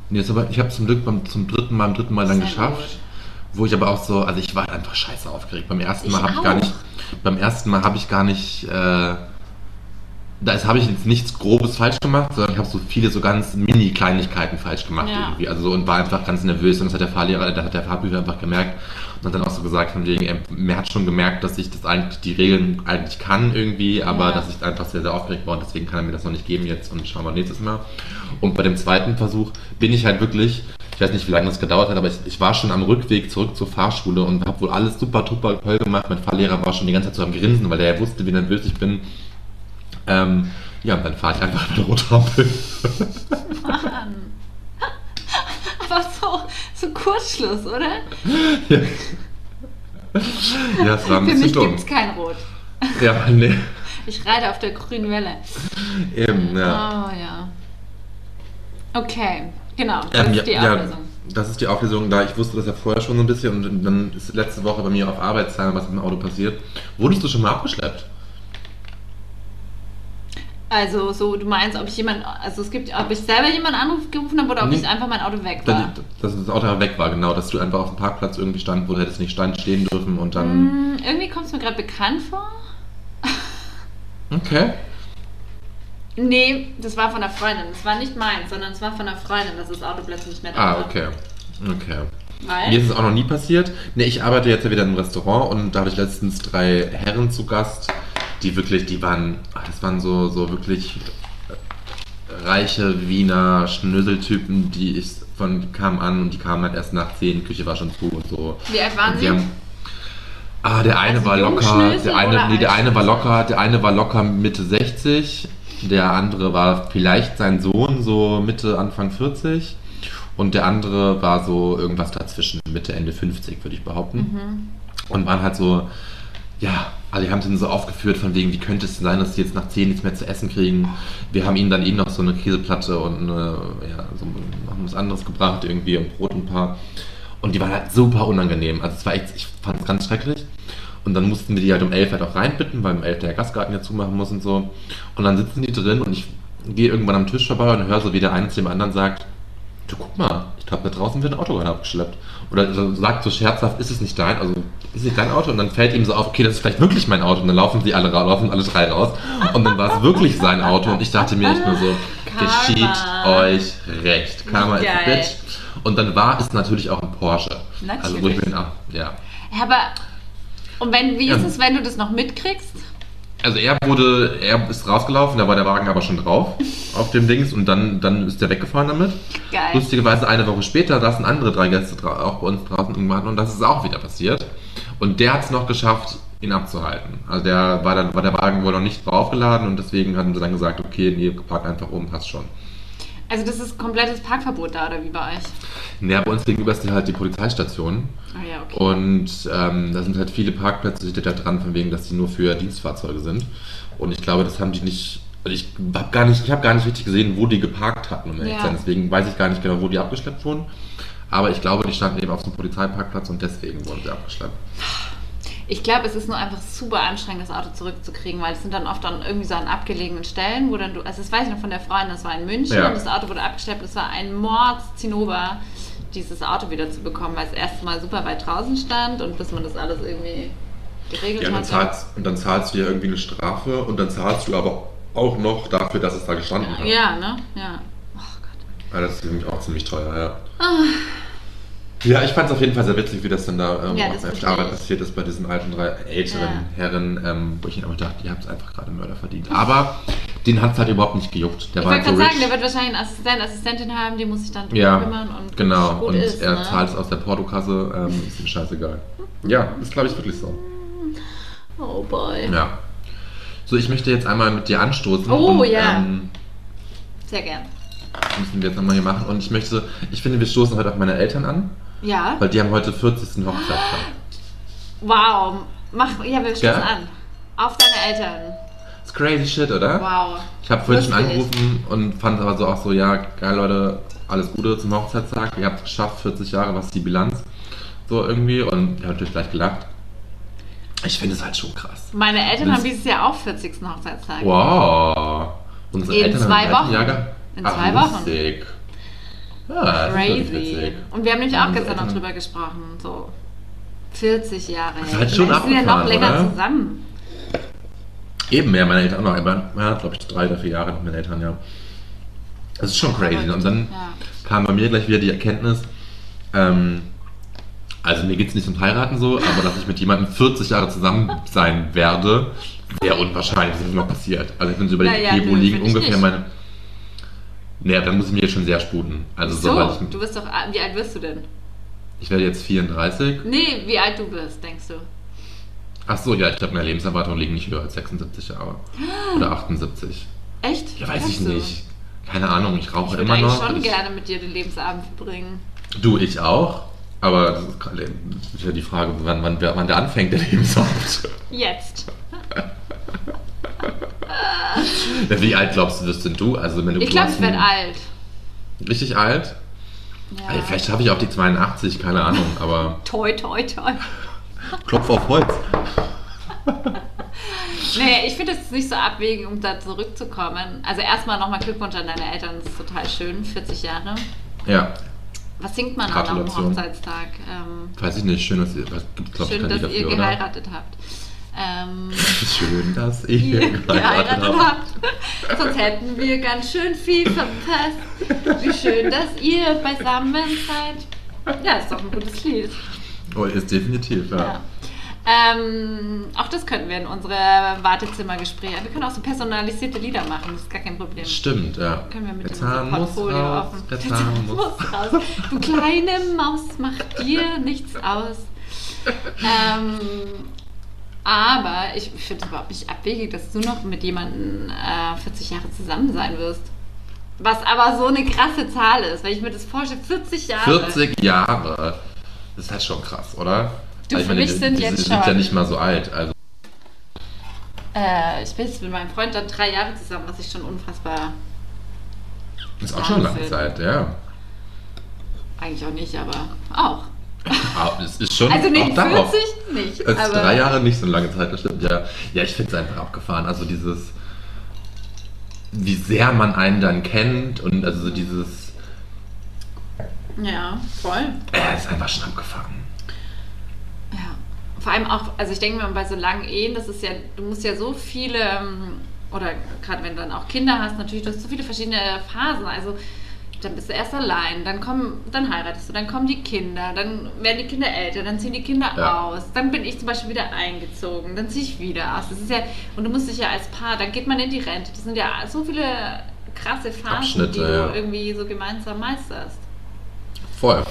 Speaker 2: Nee, das aber, ich habe zum Glück beim, zum dritten Mal, beim dritten Mal dann
Speaker 3: Sehr
Speaker 2: geschafft.
Speaker 3: gut.
Speaker 2: Wo ich aber auch so, also ich war einfach scheiße aufgeregt. Beim ersten Mal
Speaker 3: Ich
Speaker 2: habe ich gar
Speaker 3: auch.
Speaker 2: nicht, beim ersten Mal habe ich gar nicht, äh, da ist- habe ich jetzt nichts Grobes falsch gemacht, sondern ich habe so viele so ganz Mini-Kleinigkeiten falsch gemacht
Speaker 3: Ja.
Speaker 2: irgendwie. Also so, und war einfach ganz nervös und das hat der Fahrlehrer, da hat der Fahrbücher einfach gemerkt und hat dann auch so gesagt, von wegen, er, mir hat schon gemerkt, dass ich das eigentlich, die Regeln eigentlich kann irgendwie, aber
Speaker 3: Ja.
Speaker 2: dass ich einfach sehr, sehr aufgeregt war und deswegen kann er mir das noch nicht geben jetzt und schauen wir nächstes Mal. Und bei dem zweiten Versuch bin ich halt wirklich, ich weiß nicht, wie lange das gedauert hat, aber ich, ich war schon am Rückweg zurück zur Fahrschule und habe wohl alles super, super toll gemacht. Mein Fahrlehrer war schon die ganze Zeit so am Grinsen, weil er ja wusste, wie nervös ich bin. Ähm, ja, und dann fahre ich einfach eine rote Ampel.
Speaker 3: Mann. Aber so, so Kurzschluss, oder?
Speaker 2: ja, Ja, es war ein
Speaker 3: Für
Speaker 2: bisschen
Speaker 3: mich
Speaker 2: dumm.
Speaker 3: gibt's kein Rot.
Speaker 2: Ja, nee.
Speaker 3: Ich reite auf der grünen Welle.
Speaker 2: Eben, ja.
Speaker 3: Oh ja. Okay, genau. Das
Speaker 2: Ähm,
Speaker 3: ist die
Speaker 2: ja,
Speaker 3: Auflösung.
Speaker 2: das ist die Auflösung, da ich wusste das ja vorher schon so ein bisschen und dann ist letzte Woche bei mir auf Arbeitszahlen was mit dem Auto passiert. Wurdest du schon mal abgeschleppt?
Speaker 3: Also so, du meinst, ob ich jemand, also es gibt, ob ich selber jemanden angerufen habe oder ob
Speaker 2: Nee.
Speaker 3: ich einfach mein Auto weg
Speaker 2: Dass
Speaker 3: war.
Speaker 2: dass das Auto weg war, genau, dass du einfach auf dem Parkplatz irgendwie stand, wo du hättest nicht stand stehen dürfen und dann.
Speaker 3: Hm, irgendwie kommt es mir gerade bekannt vor.
Speaker 2: Okay.
Speaker 3: Nee, das war von einer Freundin. Das war nicht meins, sondern es war von einer Freundin, dass das Auto plötzlich nicht mehr da
Speaker 2: Ah,
Speaker 3: war.
Speaker 2: okay. Okay. Mir
Speaker 3: Weil,
Speaker 2: ist es auch noch nie passiert. Ne, ich arbeite jetzt ja wieder im Restaurant und da habe ich letztens drei Herren zu Gast, die wirklich, die waren, ach, das waren so, so wirklich äh, reiche Wiener Schnöseltypen, die ich von die kamen an und die kamen halt erst nach 10, Küche war schon zu und so.
Speaker 3: wie alt
Speaker 2: Und
Speaker 3: waren
Speaker 2: die
Speaker 3: sie?
Speaker 2: haben- Ah, der eine
Speaker 3: Also
Speaker 2: war locker,
Speaker 3: Jungschnösel
Speaker 2: der eine,
Speaker 3: oder
Speaker 2: nee, der eine war
Speaker 3: Altschnösel?
Speaker 2: locker, der eine war locker Mitte 60, der andere war vielleicht sein Sohn so Mitte Anfang 40 und der andere war so irgendwas dazwischen Mitte Ende 50 würde ich behaupten und waren halt so ja, also die haben den so aufgeführt von wegen, wie könnte es denn sein, dass sie jetzt nach 10 nichts mehr zu essen kriegen. Wir haben ihnen dann eben noch so eine Käseplatte und eine, ja, so haben was anderes gebracht irgendwie und Brot ein paar. Und die waren halt super unangenehm. Also es war echt, ich fand es ganz schrecklich. Und dann mussten wir die halt um 11 halt auch reinbitten, weil um 11 der Gastgarten ja zumachen muss und so. Und dann sitzen die drin und ich gehe irgendwann am Tisch vorbei und höre so, wie der eine zu dem anderen sagt, Du guck mal, ich glaube, da draußen wird ein Auto gerade abgeschleppt. Oder so sagt so scherzhaft, ist es nicht dein, also ist nicht dein Auto? Und dann fällt ihm so auf, okay, das ist vielleicht wirklich mein Auto. Und dann laufen sie alle, ra- laufen alle drei raus. Und dann war es wirklich sein Auto. Und ich dachte mir echt nur so,
Speaker 3: Karma.
Speaker 2: geschieht euch recht. Karma ist a
Speaker 3: Geil.
Speaker 2: bitch. Und dann war es natürlich auch ein Porsche. Also wo ich
Speaker 3: Natürlich.
Speaker 2: bin, ah, ja.
Speaker 3: Ja, aber, und wenn, wie ist
Speaker 2: Ja.
Speaker 3: es, wenn du das noch mitkriegst?
Speaker 2: Also er wurde, er ist rausgelaufen, da war der Wagen aber schon drauf auf dem Dings und dann, dann ist der weggefahren damit.
Speaker 3: Geil.
Speaker 2: Lustigerweise eine Woche später saßen andere drei Gäste dra- auch bei uns draußen irgendwann und das ist auch wieder passiert. Und der hat es noch geschafft, ihn abzuhalten. Also der war dann war der Wagen wohl noch nicht draufgeladen und deswegen haben sie dann gesagt, okay, nee, park einfach um, passt schon.
Speaker 3: Also das ist komplettes Parkverbot da, oder wie bei euch?
Speaker 2: Naja, bei uns gegenüber ist halt die Polizeistation
Speaker 3: Ah ja, okay.
Speaker 2: und ähm, da sind halt viele Parkplätze, steht da dran, von wegen, dass die nur für Dienstfahrzeuge sind. Und ich glaube, das haben die nicht. Also ich habe gar nicht, ich habe gar nicht richtig gesehen, wo die geparkt hatten, um ehrlich zu
Speaker 3: Ja.
Speaker 2: sein. Deswegen weiß ich gar nicht genau, wo die abgeschleppt wurden. Aber ich glaube, die standen eben auf dem Polizeiparkplatz und deswegen wurden sie abgeschleppt.
Speaker 3: Ich glaube, es ist nur einfach super anstrengend, das Auto zurückzukriegen, weil es sind dann oft an irgendwie so an abgelegenen Stellen, wo dann du, also das weiß ich noch von der Freundin, das war in München
Speaker 2: Ja.
Speaker 3: und das Auto wurde abgeschleppt, es war ein Mordszinnober, dieses Auto wieder zu bekommen, weil es erst mal super weit draußen stand und bis man das alles irgendwie geregelt
Speaker 2: Ja, und dann,
Speaker 3: hat.
Speaker 2: zahlst, und dann zahlst du ja irgendwie eine Strafe und dann zahlst du aber auch noch dafür, dass es da gestanden hat.
Speaker 3: ja, ne? Ja. Oh
Speaker 2: Ah,
Speaker 3: Gott. Ah.
Speaker 2: Also das ist nämlich auch ziemlich teuer, ja. Ja, ich fand es auf jeden Fall sehr witzig, wie das dann da ähm,
Speaker 3: Ja,
Speaker 2: auf
Speaker 3: das
Speaker 2: der
Speaker 3: verstehe
Speaker 2: Arbeit
Speaker 3: ich.
Speaker 2: passiert ist bei diesen alten drei älteren
Speaker 3: Ja.
Speaker 2: Herren, ähm, wo ich dann aber dachte, ihr habt es einfach gerade Mörder verdient. Aber den hat es halt überhaupt nicht gejuckt. Der
Speaker 3: Ich
Speaker 2: war
Speaker 3: wollte
Speaker 2: halt so
Speaker 3: gerade sagen, der
Speaker 2: rich.
Speaker 3: wird wahrscheinlich einen Assistent, Assistentin haben, die muss sich dann drum
Speaker 2: Ja,
Speaker 3: kümmern und
Speaker 2: genau.
Speaker 3: gut
Speaker 2: Und
Speaker 3: ist,
Speaker 2: er
Speaker 3: ne?
Speaker 2: zahlt es aus der Portokasse. Ähm, ist ihm scheißegal. Ja, ist glaube ich wirklich so.
Speaker 3: Oh boy.
Speaker 2: Ja. So, ich möchte jetzt einmal mit dir anstoßen.
Speaker 3: Oh,
Speaker 2: und,
Speaker 3: ja.
Speaker 2: Ähm,
Speaker 3: Sehr gern.
Speaker 2: müssen wir jetzt nochmal hier machen. Und ich möchte, ich finde, wir stoßen heute auf meine Eltern an,
Speaker 3: Ja.
Speaker 2: weil die haben heute 40. Hochzeitstag.
Speaker 3: Wow. Mach, ja, wir stoßen
Speaker 2: Ja?
Speaker 3: an. Auf deine Eltern.
Speaker 2: Ist crazy shit, oder?
Speaker 3: Wow.
Speaker 2: Ich habe vorhin schon
Speaker 3: Lustig.
Speaker 2: angerufen und fand aber so auch so, ja, geil Leute, alles Gute zum Hochzeitstag. Ihr habt es geschafft, 40 Jahre, was ist die Bilanz? So irgendwie. Und ich habe natürlich gleich gelacht. Ich finde es halt schon krass.
Speaker 3: Meine Eltern
Speaker 2: Das-
Speaker 3: haben dieses Jahr auch 40. Hochzeitstag.
Speaker 2: Wow. Unsere
Speaker 3: In
Speaker 2: Eltern
Speaker 3: zwei
Speaker 2: haben im gleichen
Speaker 3: Wochen.
Speaker 2: Jahr ge-
Speaker 3: In
Speaker 2: Ach,
Speaker 3: zwei Wochen.
Speaker 2: Lustig. Ja, das ist wirklich
Speaker 3: Crazy.
Speaker 2: witzig.
Speaker 3: Und wir haben nämlich auch
Speaker 2: Unsere
Speaker 3: gestern noch
Speaker 2: Eltern-
Speaker 3: drüber gesprochen. So 40 Jahre.
Speaker 2: ist
Speaker 3: ey.
Speaker 2: halt schon
Speaker 3: Die sind ja noch
Speaker 2: abgefahren,
Speaker 3: länger
Speaker 2: oder?
Speaker 3: zusammen.
Speaker 2: Eben, ja, meine Eltern auch noch. Aber, ja, glaube ich, drei oder vier Jahre noch meine Eltern, ja. Das ist schon
Speaker 3: Oh
Speaker 2: crazy. Und dann
Speaker 3: Ja.
Speaker 2: kam bei mir gleich wieder die Erkenntnis, ähm, also mir geht es nicht um Heiraten so, aber dass ich mit jemandem 40 Jahre zusammen sein werde, sehr unwahrscheinlich, dass das noch passiert. Also ich bin so überlegt,
Speaker 3: Naja,
Speaker 2: okay, wo
Speaker 3: nö,
Speaker 2: liegen
Speaker 3: find ich
Speaker 2: ungefähr
Speaker 3: nicht.
Speaker 2: meine... Naja, dann muss ich mich jetzt schon sehr sputen. Also so, weil
Speaker 3: So,
Speaker 2: ich,
Speaker 3: du bist doch. Wie alt wirst du denn?
Speaker 2: ich werde jetzt 34.
Speaker 3: Nee, wie alt du bist, denkst du?
Speaker 2: Ach so, ja, ich glaube, meine Lebenserwartung liegen nicht höher als 76 Jahre. Oder 78.
Speaker 3: Echt?
Speaker 2: Ja, weiß
Speaker 3: Sagst
Speaker 2: ich
Speaker 3: du?
Speaker 2: nicht. Keine Ahnung, ich
Speaker 3: Ich
Speaker 2: rauche
Speaker 3: würde
Speaker 2: immer
Speaker 3: eigentlich
Speaker 2: noch.
Speaker 3: schon
Speaker 2: ich,
Speaker 3: gerne mit dir den Lebensabend verbringen.
Speaker 2: Du, ich auch. Aber das ist gerade- das ist ja die Frage, wann, wann, wer- wann der anfängt, der Lebensabend.
Speaker 3: Jetzt.
Speaker 2: Na, Wie alt glaubst du, wirst denn du? Also, wenn du
Speaker 3: Ich glaube, ich
Speaker 2: glaubst,
Speaker 3: werde alt.
Speaker 2: Richtig alt?
Speaker 3: Ja.
Speaker 2: Ey, vielleicht schaffe ich auch die 82, keine Ahnung. Aber
Speaker 3: Toi, toi, toi.
Speaker 2: Klopf auf Holz.
Speaker 3: Nee, ich finde es nicht so abwegig, um da zurückzukommen. Also erstmal nochmal Glückwunsch an deine Eltern, das ist total schön, 40 Jahre.
Speaker 2: Ja,
Speaker 3: Was singt man dann am
Speaker 2: Gratulation.
Speaker 3: Hochzeitstag? Ähm,
Speaker 2: weiß ich nicht. Schön, dass ihr. Was gibt's, glaube ich,
Speaker 3: schön,
Speaker 2: kein
Speaker 3: dass
Speaker 2: Lied
Speaker 3: ihr
Speaker 2: dafür, oder?
Speaker 3: geheiratet habt. Ähm,
Speaker 2: Schön, dass ich
Speaker 3: ihr
Speaker 2: geheiratet,
Speaker 3: geheiratet
Speaker 2: habe.
Speaker 3: habt. Sonst hätten wir ganz schön viel verpasst. Wie schön, dass ihr beisammen seid. Ja, ist doch ein gutes Lied.
Speaker 2: Oh, ist definitiv, ja.
Speaker 3: Ja. Ähm, auch das könnten wir in unsere Wartezimmergespräche. Wir können auch so personalisierte Lieder machen, das ist gar kein Problem.
Speaker 2: Stimmt, ja.
Speaker 3: Können wir mit
Speaker 2: der
Speaker 3: dem
Speaker 2: Zahn muss
Speaker 3: Portfolio
Speaker 2: raus,
Speaker 3: offen.
Speaker 2: der Zahn muss.
Speaker 3: raus. Du kleine Maus, macht dir nichts aus. Ähm, aber ich finde es überhaupt nicht abwegig, dass du noch mit jemandem äh, 40 Jahre zusammen sein wirst. Was aber so eine krasse Zahl ist, wenn ich mir das vorstelle, 40 Jahre.
Speaker 2: 40 Jahre. Das ist halt schon krass, oder?
Speaker 3: Du,
Speaker 2: Also
Speaker 3: für mich
Speaker 2: die-
Speaker 3: sind
Speaker 2: die,
Speaker 3: jetzt
Speaker 2: die sind ja
Speaker 3: schon-
Speaker 2: nicht mal so alt. Also
Speaker 3: Äh, ich bin jetzt mit meinem Freund dann drei Jahre zusammen, was ich schon unfassbar,
Speaker 2: ist auch schon lange
Speaker 3: Wahnsinn.
Speaker 2: Zeit, ja.
Speaker 3: eigentlich auch nicht, aber auch.
Speaker 2: Aber Ah, es ist schon
Speaker 3: Also
Speaker 2: auch
Speaker 3: nicht
Speaker 2: darauf.
Speaker 3: 40, nicht.
Speaker 2: Es ist
Speaker 3: aber
Speaker 2: drei Jahre nicht so eine lange Zeit, das stimmt. Ja, ja ich finde es einfach abgefahren. Also dieses, wie sehr man einen dann kennt und also so dieses,
Speaker 3: Ja, voll.
Speaker 2: äh, ist einfach schon abgefahren.
Speaker 3: Ja. Vor allem auch, also ich denke mal bei so langen Ehen, das ist ja, du musst ja so viele, ähm, oder gerade wenn du dann auch Kinder hast, natürlich, du hast so viele verschiedene Phasen. Also dann bist du erst allein, dann kommen, dann heiratest du, dann kommen die Kinder, dann werden die Kinder älter, dann ziehen die Kinder
Speaker 2: Ja.
Speaker 3: aus, dann bin ich zum Beispiel wieder eingezogen, dann ziehe ich wieder aus. Das ist ja, und du musst dich ja als Paar, dann geht man in die Rente. Das sind ja so viele krasse Phasen,
Speaker 2: Abschnitte,
Speaker 3: die du
Speaker 2: ja.
Speaker 3: irgendwie so gemeinsam meisterst.
Speaker 2: Voll.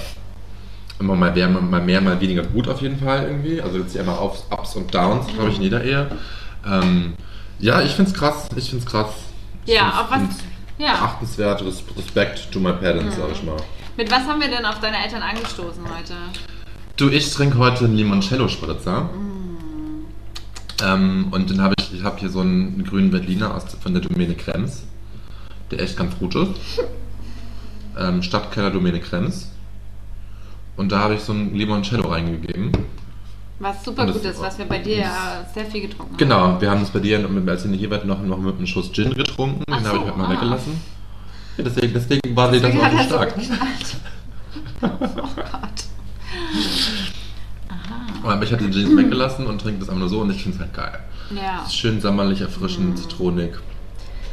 Speaker 2: Immer mal mehr, mal mehr, mal weniger gut auf jeden Fall irgendwie. Also jetzt ja immer Aufs- Ups und Downs, glaube ich, in jeder Ehe. Ähm, ja, ich find's krass. Ich find's krass. Ich
Speaker 3: Ja,
Speaker 2: find's-
Speaker 3: auf was-
Speaker 2: find's
Speaker 3: ja. Mhm.
Speaker 2: Beachtenswert, Res- Respekt to my parents, sag ich mal.
Speaker 3: Mit was haben wir denn auf deine Eltern angestoßen heute?
Speaker 2: Du, ich trinke heute einen Limoncello-Spritzer. Ähm, und dann habe ich, ich habe hier so einen grünen Berliner aus, von der Domäne Krems, der echt ganz gut ist. ähm, Stadtkeller Domäne Krems. Und da habe ich so einen Limoncello reingegeben.
Speaker 3: Was super
Speaker 2: Und das-
Speaker 3: gut ist, was wir bei dir ja sehr viel getrunken haben.
Speaker 2: Genau, wir haben es bei dir, und mit- als ihr nicht hier wart, noch, noch mit einem Schuss Gin getrunken.
Speaker 3: Ach
Speaker 2: den habe ich
Speaker 3: so,
Speaker 2: heute mal
Speaker 3: ah.
Speaker 2: weggelassen. Ja, deswegen, deswegen war sie das
Speaker 3: Deswegen
Speaker 2: auch so
Speaker 3: hat er
Speaker 2: stark.
Speaker 3: so geknallt. oh Gott. Aha.
Speaker 2: Aber ich habe den Gin weggelassen und trinke das einfach nur so und ich finde es halt geil.
Speaker 3: Ja. Mm.
Speaker 2: Es ist schön sommerlich, erfrischend, zitronig.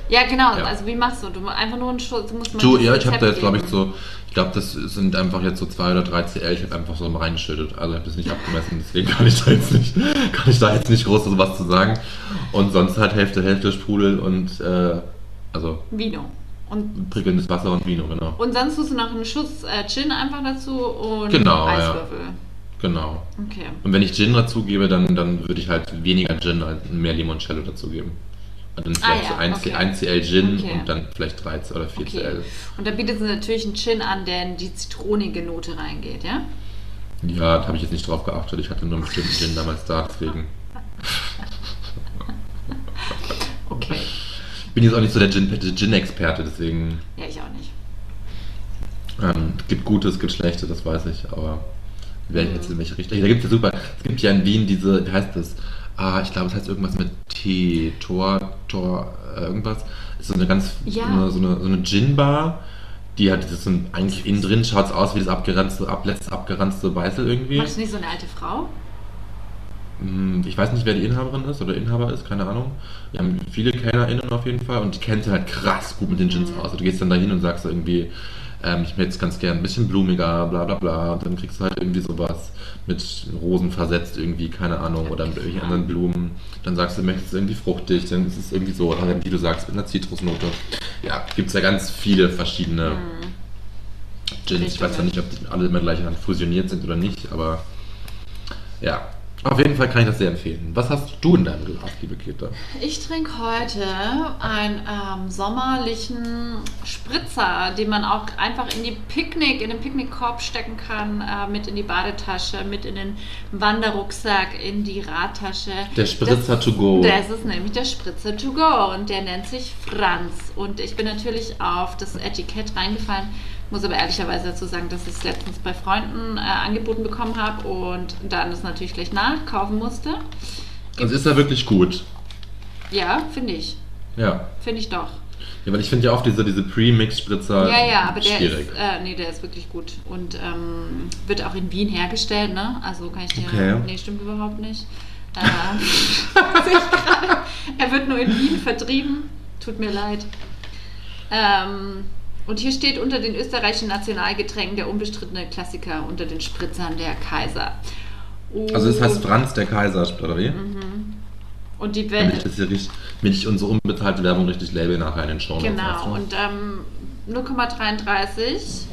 Speaker 3: Ja, genau.
Speaker 2: Ja.
Speaker 3: Also wie machst du? Du mu- einfach nur einen Schuss. Du musst mal
Speaker 2: Du,
Speaker 3: das
Speaker 2: ja, ich habe
Speaker 3: Rezept
Speaker 2: da jetzt, glaube ich,
Speaker 3: geben.
Speaker 2: so, ich glaube, das sind einfach jetzt so zwei oder drei CL, ich habe einfach so reingeschüttet. Also ich habe das nicht abgemessen, deswegen kann ich da jetzt nicht, kann ich da jetzt nicht groß was zu sagen. Und sonst halt Hälfte, Hälfte Sprudel und äh, also
Speaker 3: Vino. Und,
Speaker 2: prickelndes Wasser und Vino, genau.
Speaker 3: und sonst tust du noch einen Schuss äh, Gin einfach dazu und
Speaker 2: Genau, ja.
Speaker 3: Eiswürfel.
Speaker 2: Genau.
Speaker 3: Okay.
Speaker 2: Und wenn ich Gin dazugebe, dann, dann würde ich halt weniger Gin, halt mehr Limoncello dazugeben. Und dann
Speaker 3: Ah,
Speaker 2: vielleicht
Speaker 3: ja,
Speaker 2: so 1,
Speaker 3: okay.
Speaker 2: 1 CL Gin
Speaker 3: Okay.
Speaker 2: und dann vielleicht 3 oder 4
Speaker 3: Okay.
Speaker 2: CL.
Speaker 3: Und da bietet sie natürlich einen Gin an, der in die zitronige Note reingeht, ja?
Speaker 2: Ja, da habe ich jetzt nicht drauf geachtet. Ich hatte nur einen bestimmten Gin damals da, deswegen.
Speaker 3: Okay.
Speaker 2: Ich bin jetzt auch nicht so der Gin- der Gin-Experte, deswegen
Speaker 3: Ja, ich auch nicht.
Speaker 2: ähm, es gibt gute, es gibt schlechte, das weiß ich, aber wer ich jetzt in welche Richtung. Da gibt es ja super, es gibt ja in Wien diese, wie heißt das? Ah, ich glaube, es heißt irgendwas mit T, Tor, Tor, äh, irgendwas. Ist so eine ganz,
Speaker 3: Ja.
Speaker 2: so eine, so eine, so eine Gin-Bar, die hat dieses, so ein, eigentlich innen drin schaut es aus wie das abgeranzte, ab, letzte abgeranzte Weißel irgendwie.
Speaker 3: Machst du nicht so eine alte Frau?
Speaker 2: Hm, Ich weiß nicht, wer die Inhaberin ist oder Inhaber ist, keine Ahnung. Wir haben viele KellnerInnen auf jeden Fall und die kennen sich halt krass gut mit den Gins aus. Also Du gehst dann dahin und sagst so irgendwie, ähm, ich hätte es ganz gern ein bisschen blumiger, bla bla bla. Und dann kriegst du halt irgendwie sowas mit Rosen versetzt, irgendwie, keine Ahnung, oder mit irgendwelchen anderen Blumen. Dann sagst du, du möchtest es irgendwie fruchtig, dann ist es irgendwie so, oder halt, wie du sagst, mit einer Zitrusnote. Ja, gibt es ja ganz viele verschiedene Gins. Ich weiß ja
Speaker 3: Richtungen.
Speaker 2: nicht, ob die alle immer gleich fusioniert sind oder nicht, aber. Ja, auf jeden Fall kann ich das sehr empfehlen. Was hast du in deinem Glas, liebe Käthe?
Speaker 3: Ich trinke heute einen ähm, sommerlichen Spritzer, den man auch einfach in die Picknick, in den Picknickkorb stecken kann, äh, mit in die Badetasche, mit in den Wanderrucksack, in die Radtasche.
Speaker 2: Der Spritzer to go.
Speaker 3: Das ist nämlich der Spritzer to go und der nennt sich Franz. Und ich bin natürlich auf das Etikett reingefallen, muss aber ehrlicherweise dazu sagen, dass ich es letztens bei Freunden äh, angeboten bekommen habe und dann es natürlich gleich nachkaufen musste.
Speaker 2: Also ist er wirklich gut.
Speaker 3: Ja, finde ich.
Speaker 2: Ja.
Speaker 3: Finde ich doch.
Speaker 2: ja weil ich finde ja oft diese, diese Pre-Mix-Spritzer
Speaker 3: Ja, ja, aber der
Speaker 2: schwierig.
Speaker 3: ist, äh, nee, der ist wirklich gut und ähm, wird auch in Wien hergestellt, ne? Also kann ich dir,
Speaker 2: Okay.
Speaker 3: nee, stimmt überhaupt nicht. Ähm, sehe ich gerade. er wird nur in Wien vertrieben, tut mir leid. Ähm, und hier steht unter den österreichischen Nationalgetränken der unbestrittene Klassiker unter den Spritzern der Kaiser. Und,
Speaker 2: also es heißt Franz der Kaiser, oder wie?
Speaker 3: Mhm. und die
Speaker 2: Damit ich
Speaker 3: Welt,
Speaker 2: das hier richtig, damit ich unsere unbezahlte Werbung richtig label nachher in den Show
Speaker 3: Genau, und ähm, 0,33.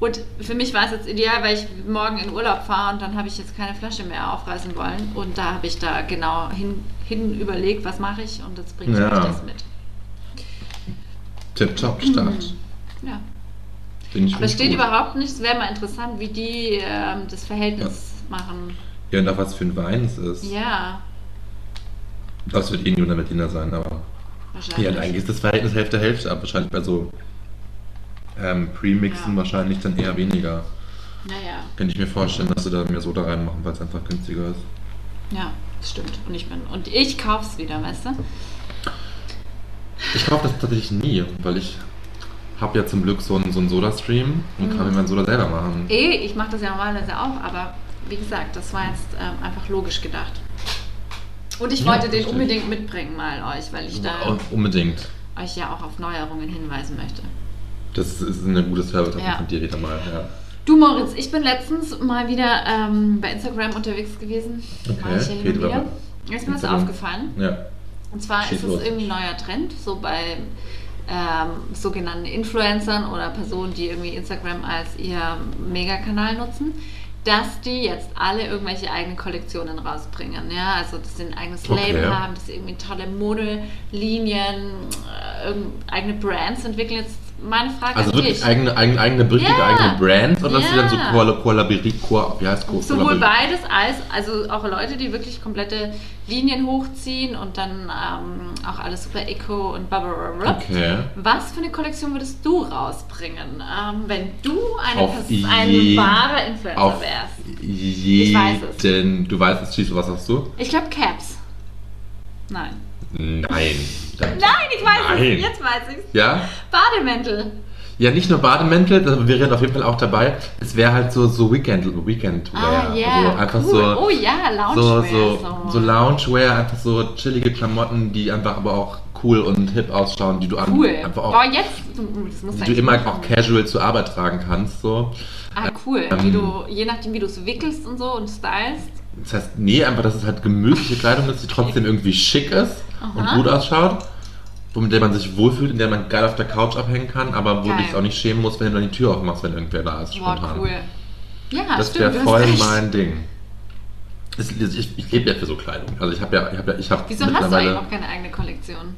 Speaker 3: Und für mich war es jetzt ideal, weil ich morgen in Urlaub fahre und dann habe ich jetzt keine Flasche mehr aufreißen wollen. Und da habe ich da genau hin, hin überlegt, was mache ich und jetzt bringe ich
Speaker 2: Ja.
Speaker 3: euch das mit.
Speaker 2: Tip top Start.
Speaker 3: Ja.
Speaker 2: Finde ich
Speaker 3: Mhm. Aber
Speaker 2: richtig
Speaker 3: es steht
Speaker 2: gut.
Speaker 3: überhaupt nicht, es wäre mal interessant, wie die ähm, das Verhältnis machen.
Speaker 2: Ja, und auch was für ein Wein es ist.
Speaker 3: Ja,
Speaker 2: Das wird eh nur in der Medina sein, aber.
Speaker 3: wahrscheinlich.
Speaker 2: Ja, und eigentlich ist das Verhältnis Hälfte-Hälfte, aber wahrscheinlich bei so ähm, Pre-Mixen
Speaker 3: Ja.
Speaker 2: wahrscheinlich dann eher weniger.
Speaker 3: Naja,
Speaker 2: Könnte ich mir vorstellen, dass sie da mehr Soda reinmachen, weil es einfach günstiger ist.
Speaker 3: ja, das stimmt. Und ich bin. Und ich kaufe es wieder, weißt du?
Speaker 2: Ich kaufe das tatsächlich nie, weil ich habe ja zum Glück so einen, so einen Soda-Stream und
Speaker 3: Mhm.
Speaker 2: kann mir mein Soda selber machen.
Speaker 3: Eh, ich mache das ja normalerweise auch, aber wie gesagt, das war jetzt ähm, einfach logisch gedacht. Und ich
Speaker 2: Ja,
Speaker 3: wollte den
Speaker 2: verstehe.
Speaker 3: unbedingt mitbringen mal euch, weil ich da
Speaker 2: Und unbedingt.
Speaker 3: euch ja auch auf Neuerungen hinweisen möchte.
Speaker 2: Das ist eine gute Service
Speaker 3: Ja.
Speaker 2: von dir wieder mal. Ja.
Speaker 3: Du Moritz, ich bin letztens mal wieder ähm, bei Instagram unterwegs gewesen.
Speaker 2: Okay,
Speaker 3: Mach ich ja hin
Speaker 2: geht
Speaker 3: und wieder.
Speaker 2: aber.
Speaker 3: Jetzt ist mir das
Speaker 2: Instagram.
Speaker 3: aufgefallen.
Speaker 2: ja.
Speaker 3: Und zwar
Speaker 2: Schieß
Speaker 3: ist es
Speaker 2: los.
Speaker 3: irgendwie ein neuer Trend, so bei ähm, sogenannten Influencern oder Personen, die irgendwie Instagram als ihr Megakanal nutzen, dass die jetzt alle irgendwelche eigenen Kollektionen rausbringen. Ja, also dass sie ein eigenes
Speaker 2: Okay.
Speaker 3: Label haben, dass sie irgendwie tolle Modelinien, äh, irgend- eigene Brands entwickeln. Jetzt meine Frage
Speaker 2: Also
Speaker 3: an
Speaker 2: wirklich
Speaker 3: dich.
Speaker 2: eigene, eigene, eigene Brücke,
Speaker 3: Ja.
Speaker 2: eigene Brands oder dass sie
Speaker 3: Ja.
Speaker 2: dann so Koala- Kollabori- Koa- wie heißt Ko-
Speaker 3: Sowohl
Speaker 2: Kollabori-
Speaker 3: beides als, also auch Leute, die wirklich komplette Linien hochziehen und dann ähm, auch alles super eco und blablabla.
Speaker 2: Okay.
Speaker 3: Was für eine Kollektion würdest du rausbringen, ähm, wenn du eine,
Speaker 2: Auf
Speaker 3: Pers- ein
Speaker 2: je-
Speaker 3: wahrer Influencer
Speaker 2: Auf
Speaker 3: wärst?
Speaker 2: jeden.
Speaker 3: weiß es.
Speaker 2: Du weißt es, Schieß, was hast du?
Speaker 3: Ich glaube Caps. Nein.
Speaker 2: Nein.
Speaker 3: Nein, ich weiß
Speaker 2: Nein.
Speaker 3: es. Jetzt weiß ich es.
Speaker 2: Ja?
Speaker 3: Bademäntel.
Speaker 2: Ja, nicht nur Bademäntel, da wäre halt auf jeden Fall auch dabei. Es wäre halt so, so Weekend, Weekend
Speaker 3: Ah, ja.
Speaker 2: so also einfach
Speaker 3: cool.
Speaker 2: so,
Speaker 3: oh ja, Loungewear.
Speaker 2: so, so, so Loungewear, einfach so chillige Klamotten, die einfach aber auch cool und hip ausschauen, die du an-
Speaker 3: Cool.
Speaker 2: einfach auch,
Speaker 3: Boah, jetzt. uh, Das muss
Speaker 2: die du
Speaker 3: eigentlich
Speaker 2: immer
Speaker 3: machen.
Speaker 2: auch casual zur Arbeit tragen kannst. So.
Speaker 3: Ah, cool. Wie
Speaker 2: Ähm.
Speaker 3: du, je nachdem, wie du es wickelst und so und stylst.
Speaker 2: Das heißt, nee, einfach, dass es halt gemütliche Kleidung ist, die trotzdem irgendwie schick ist und
Speaker 3: Aha.
Speaker 2: gut ausschaut, mit der man sich wohlfühlt, in der man geil auf der Couch abhängen kann, aber wo du
Speaker 3: Geil.
Speaker 2: dich auch nicht schämen musst, wenn du dann die Tür aufmachst, wenn irgendwer da ist.
Speaker 3: Boah,
Speaker 2: Spontan.
Speaker 3: cool. Ja,
Speaker 2: das
Speaker 3: Ah, stimmt.
Speaker 2: wäre
Speaker 3: du hast
Speaker 2: voll
Speaker 3: recht.
Speaker 2: mein Ding. Es- Ich, ich lebe ja für so Kleidung. Also ich habe ja, ich habe ja, ich habe
Speaker 3: Wieso hast du eigentlich
Speaker 2: mittlerweile,
Speaker 3: auch keine eigene Kollektion?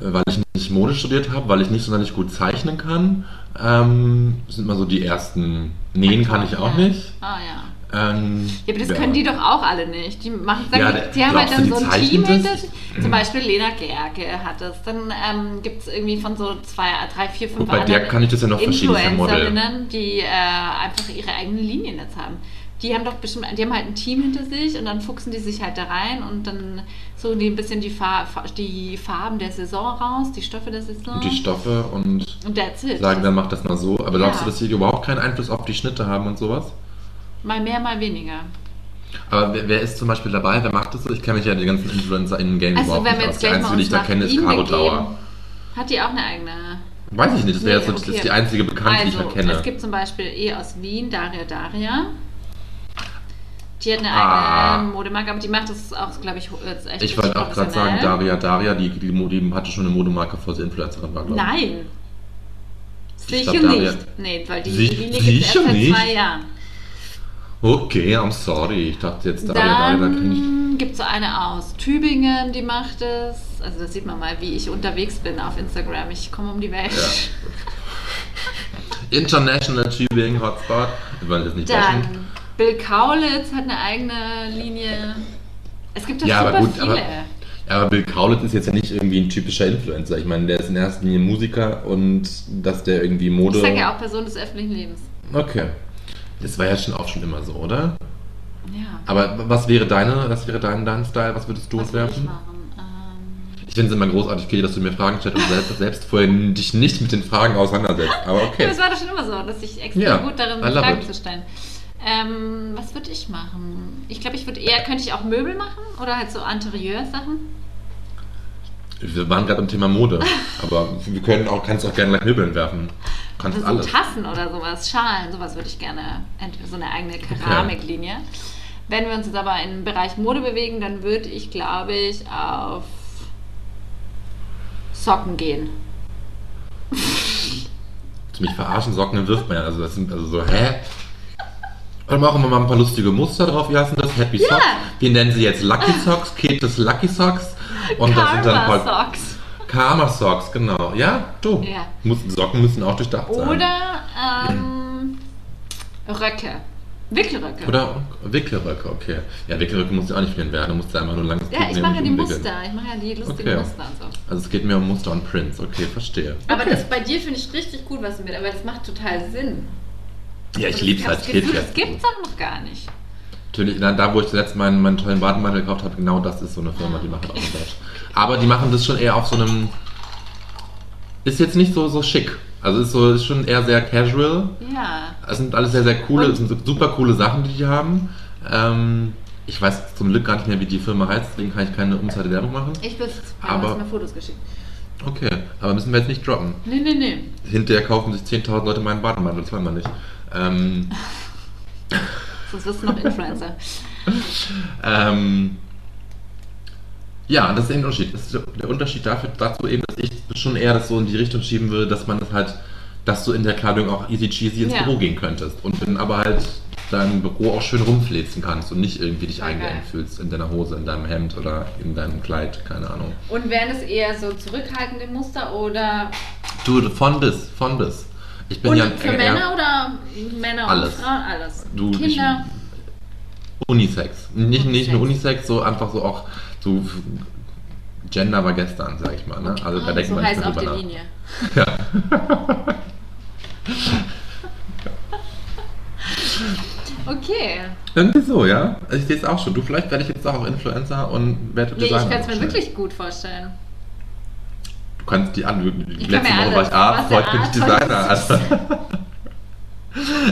Speaker 2: äh, weil ich nicht Mode studiert habe, weil ich nicht sonderlich gut zeichnen kann, ähm, sind mal so die ersten. Nähen kann ich auch
Speaker 3: ja.
Speaker 2: nicht.
Speaker 3: Ah, ja.
Speaker 2: Ähm,
Speaker 3: Ja, aber das können die doch auch alle nicht. Die, machen, sagen,
Speaker 2: Ja,
Speaker 3: die- die haben halt
Speaker 2: glaubst
Speaker 3: dann
Speaker 2: du,
Speaker 3: so
Speaker 2: die
Speaker 3: ein Team
Speaker 2: zeichnen
Speaker 3: hinter
Speaker 2: das? Hm.
Speaker 3: sich. Zum Beispiel Lena Gerke hat das. Dann ähm, gibt es irgendwie von so zwei, drei, vier, fünf
Speaker 2: Gut, bei der
Speaker 3: anderen
Speaker 2: kann ich das ja noch verschieden für Model.
Speaker 3: Influencerinnen, die äh, einfach ihre eigenen Linien jetzt haben. Die haben doch bestimmt, die haben halt ein Team hinter sich und dann fuchsen die sich halt da rein und dann so die ein bisschen die, Fa Fa- die Farben der Saison raus, die Stoffe der Saison.
Speaker 2: Und die Stoffe und
Speaker 3: und that's it.
Speaker 2: sagen, dann mach das mal so. Aber
Speaker 3: Ja.
Speaker 2: glaubst du, dass die überhaupt keinen Einfluss auf die Schnitte haben und sowas?
Speaker 3: mal mehr, mal weniger.
Speaker 2: Aber wer, wer ist zum Beispiel dabei? Wer macht das so? Ich kenne mich ja die ganzen Influencer in Game
Speaker 3: Also
Speaker 2: überhaupt
Speaker 3: wenn
Speaker 2: nicht
Speaker 3: wir
Speaker 2: aus.
Speaker 3: jetzt
Speaker 2: Die
Speaker 3: gleich mal
Speaker 2: einzige, die ich
Speaker 3: uns
Speaker 2: da
Speaker 3: nach
Speaker 2: kenne, ist
Speaker 3: ihnen
Speaker 2: Caro
Speaker 3: begeben.
Speaker 2: Dauer.
Speaker 3: Hat die auch eine eigene
Speaker 2: Weiß ich nicht, das wäre jetzt
Speaker 3: Nee,
Speaker 2: so, das
Speaker 3: okay.
Speaker 2: ist die einzige bekannte, die ich
Speaker 3: also,
Speaker 2: da kenne.
Speaker 3: es gibt zum Beispiel eh aus Wien Daria Daria. Die hat eine
Speaker 2: Ah.
Speaker 3: eigene Modemarke, aber die macht das auch, glaube ich, ho- jetzt echt
Speaker 2: ich wollte
Speaker 3: richtig
Speaker 2: auch gerade sagen,
Speaker 3: professionell.
Speaker 2: Daria, Daria, die, die, Mo- die hatte schon eine Modemarke, bevor sie Influencerin war, glaube ich.
Speaker 3: Nein. Sicher
Speaker 2: glaub, Daria-
Speaker 3: nicht. Nee, weil die
Speaker 2: Sich-
Speaker 3: Linie gibt es
Speaker 2: sicher
Speaker 3: erst seit
Speaker 2: nicht?
Speaker 3: zwei Jahren.
Speaker 2: Okay, I'm sorry. Ich dachte jetzt Daria, Daria, dann kenne ich.
Speaker 3: Dann gibt es so eine aus Tübingen, die macht es. Also das sieht man mal, wie ich unterwegs bin auf Instagram. Ich komme um die Welt.
Speaker 2: International Tübingen Hotspot. Wir wollen das nicht bashen.
Speaker 3: Dann Bill Kaulitz hat eine eigene Linie. Es gibt da
Speaker 2: Ja, aber
Speaker 3: super
Speaker 2: gut,
Speaker 3: viele.
Speaker 2: aber- Ja, aber Bill Kaulitz ist jetzt ja nicht irgendwie ein typischer Influencer. Ich meine, der ist in erster Linie Musiker und dass der irgendwie Mode.
Speaker 3: Ich sage ja auch Person des öffentlichen Lebens.
Speaker 2: Okay. Das war ja schon auch schon immer so, oder?
Speaker 3: Ja.
Speaker 2: Aber was wäre deine, was wäre dein, dein Style? Was würdest du
Speaker 3: Was würde ich
Speaker 2: entwerfen?
Speaker 3: machen? Ähm,
Speaker 2: Ich, finde es immer großartig, Katie, dass du mir Fragen stellst und selbst, selbst vorher dich nicht mit den Fragen auseinandersetzt. Aber okay.
Speaker 3: Das war doch schon immer so, dass ich extrem
Speaker 2: Ja,
Speaker 3: gut darin
Speaker 2: I
Speaker 3: bin,
Speaker 2: love
Speaker 3: Fragen
Speaker 2: it.
Speaker 3: zu stellen. Ähm, was würde ich machen? Ich glaube, ich würde eher, könnte ich auch Möbel machen oder halt so Interieur-Sachen.
Speaker 2: Wir waren gerade im Thema Mode. Aber wir können auch, kannst auch gerne gleich Möbel entwerfen. Du Kannst
Speaker 3: Also so
Speaker 2: alles.
Speaker 3: Tassen oder sowas, Schalen, sowas würde ich gerne, entweder so eine eigene Keramiklinie. Wenn wir uns jetzt aber im Bereich Mode bewegen, dann würde ich, glaube ich, auf Socken gehen.
Speaker 2: Willst du mich verarschen, Socken wirft man ja. Also, das sind, also so, hä? Dann machen wir mal ein paar lustige Muster drauf. Wie heißen das? Happy Socks. Wir nennen sie jetzt Lucky Socks, Ketes Lucky Socks. Und das sind dann halt voll
Speaker 3: Karma-Socks.
Speaker 2: Karma Socks, genau. Ja, du.
Speaker 3: Ja.
Speaker 2: Muss, Socken müssen auch durchdacht sein.
Speaker 3: Oder ähm, Röcke. Wickelröcke.
Speaker 2: Oder Wickelröcke, okay. Ja, Wickelröcke muss ja auch nicht viel werden, du musst ja einfach nur langsam
Speaker 3: ja, ich mache ja die Muster. Ich mache ja die lustigen
Speaker 2: Okay.
Speaker 3: Muster und so.
Speaker 2: Also es geht mir um Muster und Prints, okay, verstehe.
Speaker 3: Aber
Speaker 2: okay.
Speaker 3: das bei dir finde ich richtig gut, was du mit. Aber das macht total Sinn.
Speaker 2: ja, ich
Speaker 3: Und
Speaker 2: liebe es
Speaker 3: das-
Speaker 2: halt.
Speaker 3: Das,
Speaker 2: geht
Speaker 3: Gefühl,
Speaker 2: ja.
Speaker 3: das gibt's auch noch gar nicht.
Speaker 2: Natürlich, na, da wo ich zuletzt meinen, meinen tollen Bademantel gekauft habe, genau das ist so eine Firma, die macht auch das. halt. Aber die machen das schon eher auf so einem. Ist jetzt nicht so, so schick. Also ist so ist schon eher sehr casual.
Speaker 3: Ja.
Speaker 2: Es sind alles sehr, sehr coole,
Speaker 3: Und-
Speaker 2: es sind so- super coole Sachen, die die haben. Ähm, ich weiß zum Glück gar nicht mehr, wie die Firma heißt, deswegen kann ich keine unbezahlte Werbung machen.
Speaker 3: Ich bin es.
Speaker 2: Aber-
Speaker 3: Du hast mir Fotos geschickt.
Speaker 2: Okay, aber müssen wir jetzt nicht droppen.
Speaker 3: Nee, nee, nee.
Speaker 2: Hinterher kaufen sich 10.000 Leute meinen Bademantel, das wollen wir nicht. Ähm,
Speaker 3: Sonst wirst du noch Influencer.
Speaker 2: ähm, ja, das ist eben der Unterschied. Das ist der- der Unterschied dafür, dazu eben, dass ich schon eher das so in die Richtung schieben würde, dass man das halt, dass du in der Kleidung auch easy cheesy ins
Speaker 3: Ja.
Speaker 2: Büro gehen könntest und dann aber halt dein Büro auch schön rumfläzen kannst und nicht irgendwie dich
Speaker 3: Voll geil.
Speaker 2: eingeengt fühlst in deiner Hose, in deinem Hemd oder in deinem Kleid, keine Ahnung.
Speaker 3: Und wären es eher so zurückhaltende Muster oder.
Speaker 2: Du, von bis, von bis. Ich bin
Speaker 3: Und
Speaker 2: ja ein
Speaker 3: für
Speaker 2: eher
Speaker 3: Männer oder Männer
Speaker 2: Alles.
Speaker 3: und Frauen? Alles.
Speaker 2: Du, ich-
Speaker 3: Kinder.
Speaker 2: Unisex. Nicht, nicht nur
Speaker 3: Unisex.
Speaker 2: Unisex, so einfach so auch so f- Gender war gestern, sag ich mal. Ne? Also da
Speaker 3: Ah,
Speaker 2: denkt
Speaker 3: so
Speaker 2: man nicht
Speaker 3: heißt
Speaker 2: mehr
Speaker 3: auf
Speaker 2: drüber
Speaker 3: der
Speaker 2: nach.
Speaker 3: Linie. okay.
Speaker 2: Irgendwie so, ja. Also ich sehe es auch schon. Du, vielleicht werde ich jetzt auch Influencer und werde
Speaker 3: Nee, ich
Speaker 2: Designer.
Speaker 3: kann es mir
Speaker 2: schnell.
Speaker 3: wirklich gut vorstellen.
Speaker 2: Du kannst die an. Die
Speaker 3: Ich kann
Speaker 2: letzte
Speaker 3: mir
Speaker 2: Woche war
Speaker 3: alles.
Speaker 2: ich Arzt,
Speaker 3: Was der
Speaker 2: heute bin ich
Speaker 3: Arzt, heute
Speaker 2: Designer. Also.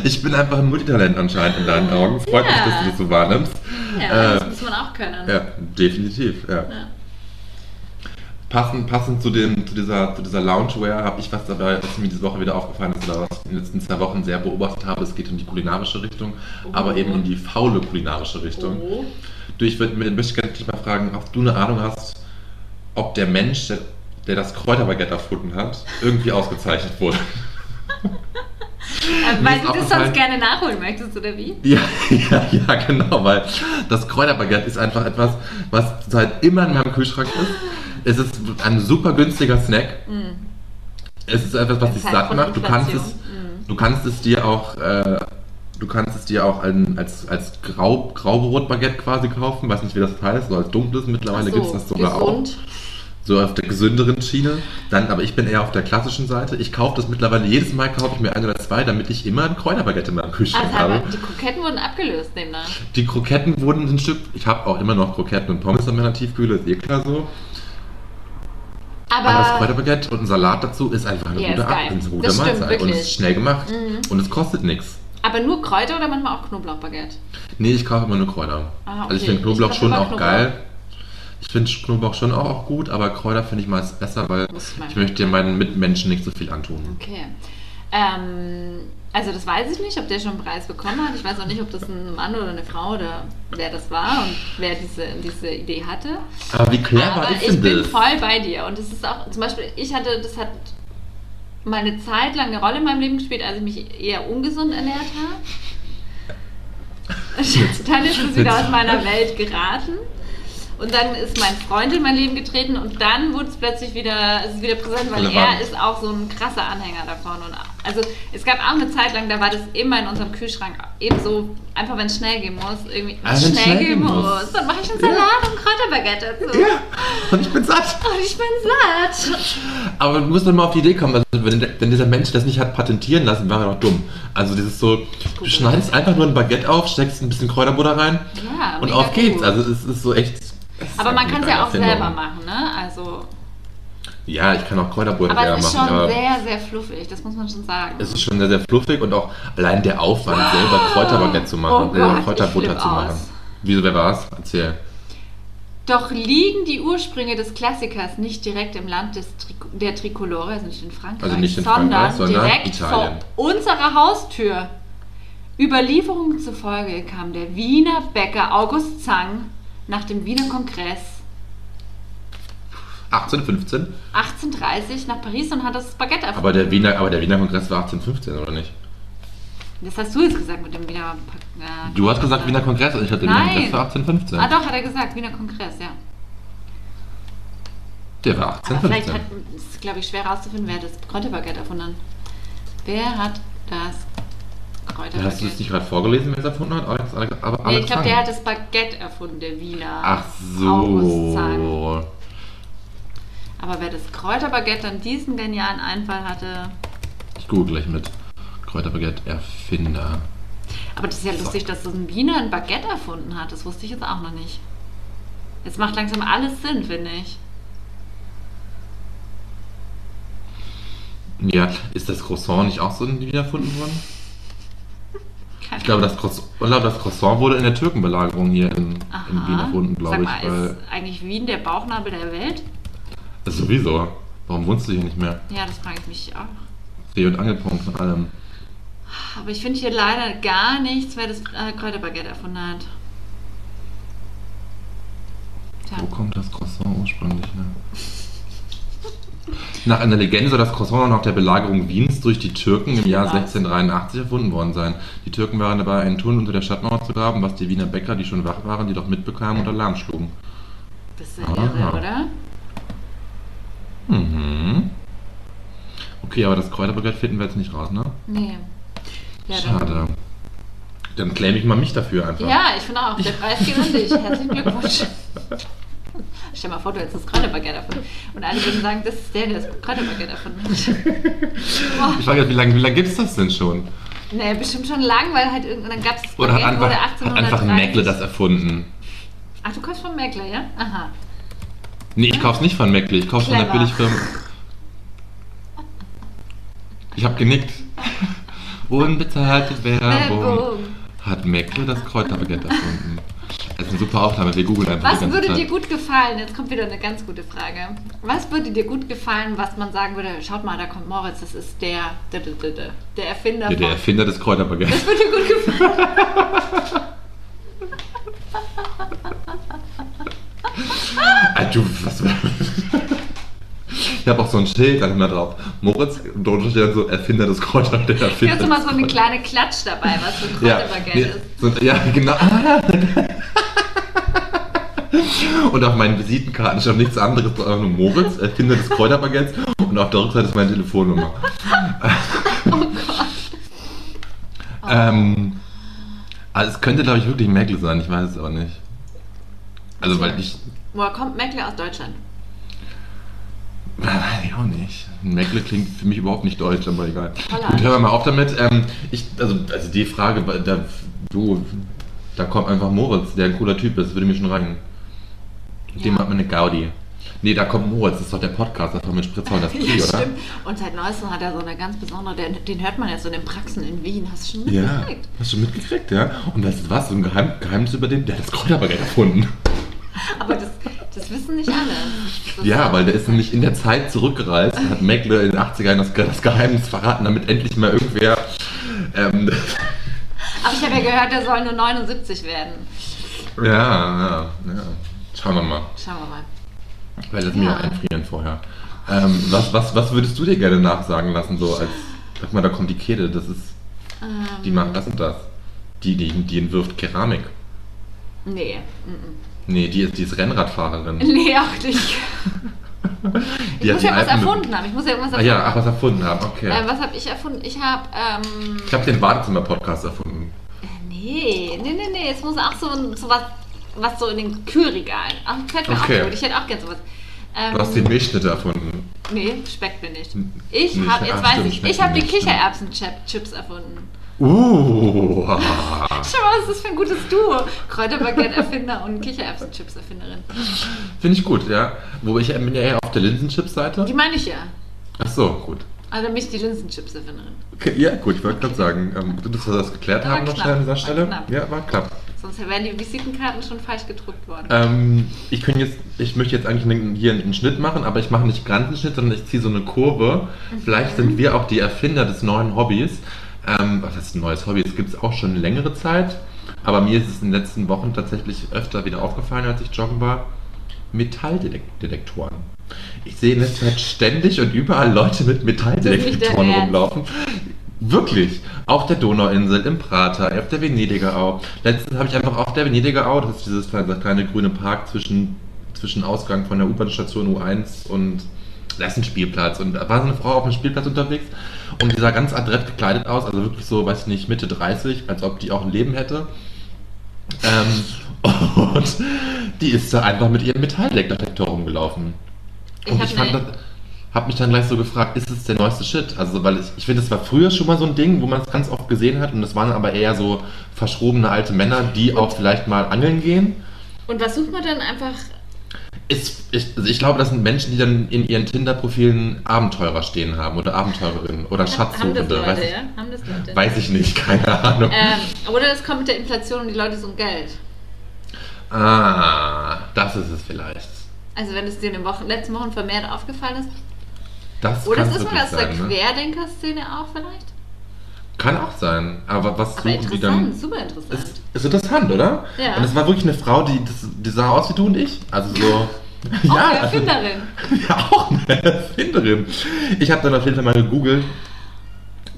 Speaker 2: Ich bin einfach ein Multitalent anscheinend in deinen Augen. Freut mich,
Speaker 3: Ja.
Speaker 2: dass du das so wahrnimmst.
Speaker 3: Ja, das
Speaker 2: Äh,
Speaker 3: muss man auch können.
Speaker 2: Ja, definitiv, ja.
Speaker 3: Ja.
Speaker 2: Passend, passend zu, dem, zu dieser, zu dieser Loungewear habe ich was dabei, was mir diese Woche wieder aufgefallen ist oder was ich in den letzten zwei Wochen sehr beobachtet habe. Es geht in die kulinarische Richtung, aber eben in die faule kulinarische Richtung.
Speaker 3: Oh.
Speaker 2: Du, ich würde mit möchte gerne dich mal fragen, ob du eine Ahnung hast, ob der Mensch, der, der das Kräuterbaguette erfunden hat, irgendwie ausgezeichnet wurde.
Speaker 3: Äh,
Speaker 2: Mir
Speaker 3: weil
Speaker 2: ist
Speaker 3: du das
Speaker 2: aufgefallen-
Speaker 3: sonst gerne nachholen möchtest, oder wie?
Speaker 2: Ja, ja, ja, genau, weil das Kräuterbaguette ist einfach etwas, was seit immer in meinem Kühlschrank ist. Es ist ein super günstiger Snack.
Speaker 3: Mhm.
Speaker 2: Es ist etwas, was dich
Speaker 3: Zeit
Speaker 2: satt
Speaker 3: von
Speaker 2: macht. Du kannst es,
Speaker 3: Inflation.
Speaker 2: du kannst es dir auch, äh, du kannst es dir auch ein, als, als Grau, Graubrotbaguette quasi kaufen. Weiß nicht, wie das heißt, so als dunkles. Mittlerweile
Speaker 3: Ach
Speaker 2: gibt's
Speaker 3: so,
Speaker 2: das sogar auch.
Speaker 3: gesund.
Speaker 2: So auf der gesünderen Schiene. Dann, aber ich bin eher auf der klassischen Seite. Ich kaufe das mittlerweile, jedes Mal kaufe ich mir ein oder zwei, damit ich immer ein Kräuterbaguette in meinem Kühlschrank
Speaker 3: Also
Speaker 2: habe.
Speaker 3: aber die Kroketten wurden abgelöst demnach.
Speaker 2: Die Kroketten wurden ein Stück. Ich habe auch immer noch Kroketten und Pommes in meiner Tiefkühle, ist eh klar so.
Speaker 3: Aber,
Speaker 2: Aber Ah, das Kräuterbaguette und ein Salat dazu ist einfach eine
Speaker 3: Ah. Ja,
Speaker 2: gute,
Speaker 3: ist geil.
Speaker 2: Ab- eine gute
Speaker 3: Das stimmt,
Speaker 2: Mahlzeit. und es ist
Speaker 3: wirklich. Mhm.
Speaker 2: schnell gemacht. Und es kostet nichts.
Speaker 3: aber nur Kräuter oder manchmal auch Knoblauchbaguette?
Speaker 2: Nee, ich kaufe immer nur Kräuter.
Speaker 3: Ah,
Speaker 2: Also ich
Speaker 3: okay.
Speaker 2: finde Knoblauch
Speaker 3: Ich kaufe
Speaker 2: schon
Speaker 3: immer
Speaker 2: auch
Speaker 3: Knoblauch.
Speaker 2: geil. Ich finde Knoblauch schon auch, auch gut, aber Kräuter finde ich meist besser, weil
Speaker 3: Muss man.
Speaker 2: ich möchte meinen Mitmenschen nicht so viel antun.
Speaker 3: Okay. Ähm, also das weiß ich nicht, ob der schon einen Preis bekommen hat. Ich weiß auch nicht, ob das ein Mann oder eine Frau oder wer das war und wer diese, diese Idee hatte.
Speaker 2: Aber wie clever
Speaker 3: Aber
Speaker 2: ist
Speaker 3: ich
Speaker 2: denn
Speaker 3: bin
Speaker 2: das?
Speaker 3: voll bei dir. Und es ist auch, zum Beispiel, ich hatte, das hat mal eine Zeit lang eine Rolle in meinem Leben gespielt, als ich mich eher ungesund ernährt habe. dann ist es wieder aus meiner Welt geraten. Und dann ist mein Freund in mein Leben getreten und dann wurde es plötzlich wieder, es ist wieder präsent, weil
Speaker 2: Relevant.
Speaker 3: er ist auch so ein krasser Anhänger davon. Und also es gab auch eine Zeit lang, da war das immer in unserem Kühlschrank, ebenso, einfach wenn es schnell gehen muss, irgendwie
Speaker 2: Also wenn's
Speaker 3: schnell gehen muss, dann mache ich einen Salat und Kräuterbaguette dazu.
Speaker 2: Ja, und ich bin satt.
Speaker 3: Und Oh, ich bin satt.
Speaker 2: Aber du musst doch mal auf die Idee kommen, also wenn, wenn dieser Mensch das nicht hat patentieren lassen, wäre er doch dumm. Also dieses so, du schneidest einfach nur ein Baguette auf, steckst ein bisschen Kräuterbutter rein
Speaker 3: Ja,
Speaker 2: und
Speaker 3: mega
Speaker 2: auf geht's.
Speaker 3: cool.
Speaker 2: Also es ist so echt... es ist
Speaker 3: Aber man
Speaker 2: eine
Speaker 3: kann es
Speaker 2: geile
Speaker 3: ja auch
Speaker 2: Erfindung.
Speaker 3: selber machen, ne? Also,
Speaker 2: Ja, ich kann auch Kräuterbutter
Speaker 3: aber
Speaker 2: selber
Speaker 3: es ist
Speaker 2: machen,
Speaker 3: schon
Speaker 2: aber
Speaker 3: sehr, sehr fluffig, das muss man schon sagen.
Speaker 2: es ist schon sehr, sehr fluffig und auch allein der Aufwand, selber Kräuterbaguette zu machen,
Speaker 3: Oh
Speaker 2: äh,
Speaker 3: Gott, ich
Speaker 2: Kräuterbutter
Speaker 3: flipp
Speaker 2: zu machen.
Speaker 3: aus.
Speaker 2: Wieso, wer war's? Erzähl.
Speaker 3: Doch liegen die Ursprünge des Klassikers nicht direkt im Land des Tri der Tricolore, also nicht in Frankreich,
Speaker 2: Also nicht in
Speaker 3: sondern,
Speaker 2: Frankreich, sondern
Speaker 3: direkt
Speaker 2: Italien.
Speaker 3: vor unserer Haustür. Überlieferungen zufolge kam der Wiener Bäcker August Zang nach dem Wiener Kongress
Speaker 2: 1815?
Speaker 3: 1830 nach Paris und hat das Baguette erfunden.
Speaker 2: Aber der Wiener, aber der Wiener Kongress war 1815, oder nicht?
Speaker 3: das hast du jetzt gesagt mit dem Wiener... Pa- äh,
Speaker 2: Du hast gesagt Wiener Kongress und ich hatte den
Speaker 3: Nein.
Speaker 2: Kongress war 1815.
Speaker 3: Ah doch, hat er gesagt, Wiener Kongress, ja.
Speaker 2: Der war
Speaker 3: Aber vielleicht
Speaker 2: 1815.
Speaker 3: hat, es ist glaube ich schwer herauszufinden, wer das Kräuterbaguette erfunden hat. Wer hat das Kräuterbaguette?
Speaker 2: Hast du es nicht gerade vorgelesen, wer es erfunden hat? Alex, Alex, aber
Speaker 3: nee,
Speaker 2: Alex
Speaker 3: ich glaube,
Speaker 2: Zang.
Speaker 3: der hat das Baguette erfunden, der Wiener.
Speaker 2: Ach
Speaker 3: August Zang.
Speaker 2: so.
Speaker 3: Aber wer das Kräuterbaguette an diesen genialen Einfall hatte.
Speaker 2: Ich google gleich mit. Kräuterbaguette Erfinder.
Speaker 3: Aber das ist ja lustig, dass so ein Wiener ein Baguette erfunden hat. Das wusste ich jetzt auch noch nicht. Jetzt macht langsam alles Sinn, finde ich.
Speaker 2: Ja, ist das Croissant nicht auch so wieder erfunden worden?
Speaker 3: Keine
Speaker 2: Ich glaube, das Croissant, ich glaube, das Croissant wurde in der Türkenbelagerung hier in, in Wien erfunden, glaube
Speaker 3: Sag
Speaker 2: ich.
Speaker 3: mal,
Speaker 2: Weil,
Speaker 3: ist eigentlich Wien der Bauchnabel der Welt?
Speaker 2: das sowieso. Warum wohnst du hier nicht mehr?
Speaker 3: Ja, das frage ich mich auch.
Speaker 2: Dreh- und Angelpunkt von allem.
Speaker 3: Aber ich finde hier leider gar nichts, wer das äh, Kräuterbaguette erfunden hat. Tja.
Speaker 2: Wo kommt das Croissant ursprünglich her? Nach einer Legende soll das Croissant nach der Belagerung Wiens durch die Türken im Jahr
Speaker 3: Was?
Speaker 2: 1683 erfunden worden sein. Die Türken waren dabei, einen Tunnel unter der Stadtmauer zu graben, was die Wiener Bäcker, die schon wach waren, jedoch mitbekamen und Alarm schlugen.
Speaker 3: Bist du
Speaker 2: Ah.
Speaker 3: irre, oder?
Speaker 2: Mhm. Okay, aber das Kräuterbaguette finden wir jetzt nicht raus, ne?
Speaker 3: Nee. Ja, dann-
Speaker 2: Schade. Dann claim ich mal mich dafür einfach.
Speaker 3: Ja, ich finde auch. Der Preis geht an dich. Herzlichen Glückwunsch. Stell mal vor, du hättest das Kräuterbaguette erfunden. Und alle würden sagen, das ist der, der das Kräuterbaguette erfunden hat.
Speaker 2: Ich frage mich, wie lange wie lang gibt es das denn schon?
Speaker 3: Naja, bestimmt schon lang, weil halt irgendwann dann gab es
Speaker 2: Oder hat einfach, hat einfach Meckle das erfunden?
Speaker 3: Ach, du kommst von Meckle, ja? Aha.
Speaker 2: Nee, ich kauf's nicht von Meckle, ich kauf's von der
Speaker 3: Clever.
Speaker 2: Billigfirma. Ich hab genickt. Unbezahlte Werbung.
Speaker 3: Boom.
Speaker 2: Hat Meckle das Kräuterbaguette erfunden? Das ist eine super Aufnahme, wir googeln einfach
Speaker 3: Was
Speaker 2: die ganze
Speaker 3: würde
Speaker 2: Zeit.
Speaker 3: dir gut gefallen? Jetzt kommt wieder eine ganz gute Frage. Was würde dir gut gefallen, was man sagen würde? Schaut mal, da kommt Moritz, das ist der, der, der, der, der, der Erfinder
Speaker 2: ja, der
Speaker 3: von.
Speaker 2: Erfinder des Kräuterbaguettes.
Speaker 3: Das würde dir gut gefallen.
Speaker 2: Ah, du, was Ich habe auch so ein Schild an mir drauf. Moritz, und drunter steht dann so Erfinder des Kräuter, der Erfinder.
Speaker 3: Kannst du mal
Speaker 2: des
Speaker 3: so eine
Speaker 2: Kräuter-
Speaker 3: kleine Klatsch dabei, was für ein
Speaker 2: ja,
Speaker 3: Kräuterbaguette
Speaker 2: nee,
Speaker 3: ist?
Speaker 2: so, ja, genau. Ah. Und auf meinen Visitenkarten stand nichts anderes, sondern nur Moritz, Erfinder des Kräuterbaguettes. Und auf der Rückseite ist meine Telefonnummer. Oh Gott. Ähm, also es könnte, glaube ich, wirklich Mäkel sein, ich weiß es aber nicht. Also, weil ich,
Speaker 3: Woher kommt Meckler aus Deutschland?
Speaker 2: Weiß ich auch nicht. Meckle klingt für mich überhaupt nicht deutsch, aber egal.
Speaker 3: Holland.
Speaker 2: Gut, hören wir mal auf damit. Ähm, ich, also, also die Frage, weil da, du, da kommt einfach Moritz, der ein cooler Typ ist, würde mir schon reichen. Dem
Speaker 3: Ja.
Speaker 2: hat man eine Gaudi. Nee, da kommt Moritz, das ist doch der Podcast, das war mit Spritzer und das Pri,
Speaker 3: ja,
Speaker 2: oder?
Speaker 3: stimmt. Und seit neuestem hat er so eine ganz besondere, den, den hört man ja so in den Praxen in Wien. Hast du schon
Speaker 2: Ja,
Speaker 3: mitgekriegt?
Speaker 2: hast du mitgekriegt, ja? Und weißt du was, so ein Geheim, Geheimnis über den, der hat das Kräuterbaguette erfunden.
Speaker 3: Aber das, das wissen nicht alle. Das
Speaker 2: Ja, weil der ist nämlich in der Zeit zurückgereist und hat Meckle in den 80ern das, das Geheimnis verraten, damit endlich mal irgendwer ähm,
Speaker 3: Aber ich habe ja gehört, der soll nur 79 werden.
Speaker 2: Ja, ja, ja. Schauen wir mal.
Speaker 3: Schauen wir mal.
Speaker 2: Weil das mir auch einfrieren vorher. Ähm, was, was, was würdest du dir gerne nachsagen lassen? So als, sag mal, da kommt die Kette, das ist,
Speaker 3: Ähm,
Speaker 2: die macht das und das. Die, die, die entwirft Keramik.
Speaker 3: nee. mhm.
Speaker 2: Nee, die ist, die ist Rennradfahrerin.
Speaker 3: Nee, auch nicht.
Speaker 2: Die
Speaker 3: Ich muss ja was
Speaker 2: Alpen-
Speaker 3: erfunden haben. Ich muss ja irgendwas
Speaker 2: Ah
Speaker 3: erfunden
Speaker 2: ja, ach,
Speaker 3: haben.
Speaker 2: was erfunden haben,
Speaker 3: Äh,
Speaker 2: okay.
Speaker 3: was habe ich erfunden? Ich habe. Ähm,
Speaker 2: Ich habe den Badezimmer-Podcast erfunden.
Speaker 3: nee, nee, nee, nee. Es muss auch so, ein- so was, was so in den Kühlregalen. Ach, das gefällt mir
Speaker 2: Okay.
Speaker 3: auch gut. Ich hätte auch gerne sowas. Ähm,
Speaker 2: Du hast den Milchschnitt erfunden.
Speaker 3: Nee, Speck bin ich.
Speaker 2: Hm,
Speaker 3: Ich
Speaker 2: nee,
Speaker 3: habe,
Speaker 2: Speck-
Speaker 3: jetzt
Speaker 2: ach,
Speaker 3: weiß
Speaker 2: stimmt,
Speaker 3: ich,
Speaker 2: Speck
Speaker 3: ich habe die
Speaker 2: bin ich, stimmt.
Speaker 3: Kichererbsen-Chips erfunden.
Speaker 2: Uh,
Speaker 3: Schau mal, was ist das für ein gutes Duo? Kräuterbaguette-Erfinder und Kichererbsen-Chips-Erfinderin.
Speaker 2: finde ich gut, ja. Wo ich bin ja eher auf der
Speaker 3: Die
Speaker 2: Linsenchips-Seite.
Speaker 3: meine ich ja.
Speaker 2: Ach so, gut.
Speaker 3: Also mich die Linsenchips-Erfinderin.
Speaker 2: Okay, ja, gut, ich wollte gerade sagen, ähm, gut, dass wir das geklärt
Speaker 3: War
Speaker 2: haben noch
Speaker 3: knapp,
Speaker 2: schnell an dieser
Speaker 3: war
Speaker 2: Stelle.
Speaker 3: knapp.
Speaker 2: ja, war knapp.
Speaker 3: Sonst wären die Visitenkarten schon falsch gedruckt worden.
Speaker 2: Ähm, ich, könnte jetzt, ich möchte jetzt eigentlich einen- hier einen Schnitt machen, aber ich mache nicht ganz einen Schnitt, sondern ich ziehe so eine Kurve. Vielleicht sind wir auch die Erfinder des neuen Hobbys. Ähm, was heißt ein neues Hobby? Es gibt es auch schon längere Zeit, aber mir ist es in den letzten Wochen tatsächlich öfter wieder aufgefallen, als ich joggen war. Metalldetektoren. Ich sehe in letzter Zeit ständig und überall Leute mit
Speaker 3: Das ist nicht
Speaker 2: Metalldetektoren
Speaker 3: dein Ernst.
Speaker 2: rumlaufen. Wirklich. Auf der Donauinsel, im Prater, auf der Venediger Au. Letztens habe ich einfach auf der Venediger Au, das ist dieses kleine, kleine grüne Park zwischen, zwischen Ausgang von der U-Bahn-Station U1 und da ist ein Spielplatz. Und da war so eine Frau auf dem Spielplatz unterwegs und die sah ganz adrett gekleidet aus, also wirklich so, weiß ich nicht, Mitte 30, als ob die auch ein Leben hätte. Ähm, und die ist da einfach mit ihrem Metalldetektor rumgelaufen.
Speaker 3: Ich
Speaker 2: Äh, Und
Speaker 3: hab
Speaker 2: ich, fand
Speaker 3: ne-
Speaker 2: das, hab mich dann gleich so gefragt, ist es der neueste Shit? Also, weil ich, ich finde, das war früher schon mal so ein Ding, wo man es ganz oft gesehen hat und das waren aber eher so verschrobene alte Männer, die auch vielleicht mal angeln gehen.
Speaker 3: Und was sucht man dann einfach?
Speaker 2: Ist, ich, also ich glaube, das sind Menschen, die dann in ihren Tinder-Profilen Abenteurer stehen haben oder Abenteurerinnen oder
Speaker 3: Haben das
Speaker 2: Schatzsuchende. weiß,
Speaker 3: Leute,
Speaker 2: ich,
Speaker 3: ja? Haben das Leute.
Speaker 2: weiß ich nicht, keine Ahnung.
Speaker 3: Ähm, oder es kommt mit der Inflation und die Leute sind um Geld.
Speaker 2: Ah, das ist es vielleicht.
Speaker 3: Also wenn es dir in den Wochen, letzten Wochen vermehrt aufgefallen ist.
Speaker 2: Das
Speaker 3: Oder
Speaker 2: kann
Speaker 3: es Oh, ist
Speaker 2: wirklich
Speaker 3: mal aus der
Speaker 2: sein, ne?
Speaker 3: Querdenker-Szene auch vielleicht.
Speaker 2: Kann auch sein. Aber was
Speaker 3: Aber
Speaker 2: suchen die dann?
Speaker 3: interessant, super interessant.
Speaker 2: Ist, ist interessant, oder?
Speaker 3: Ja.
Speaker 2: Und es war wirklich eine Frau, die, das, die sah aus wie du und ich. Also so.
Speaker 3: auch
Speaker 2: ja,
Speaker 3: eine
Speaker 2: also-
Speaker 3: Erfinderin.
Speaker 2: ja, auch eine Erfinderin. Ich habe dann auf jeden Fall mal gegoogelt,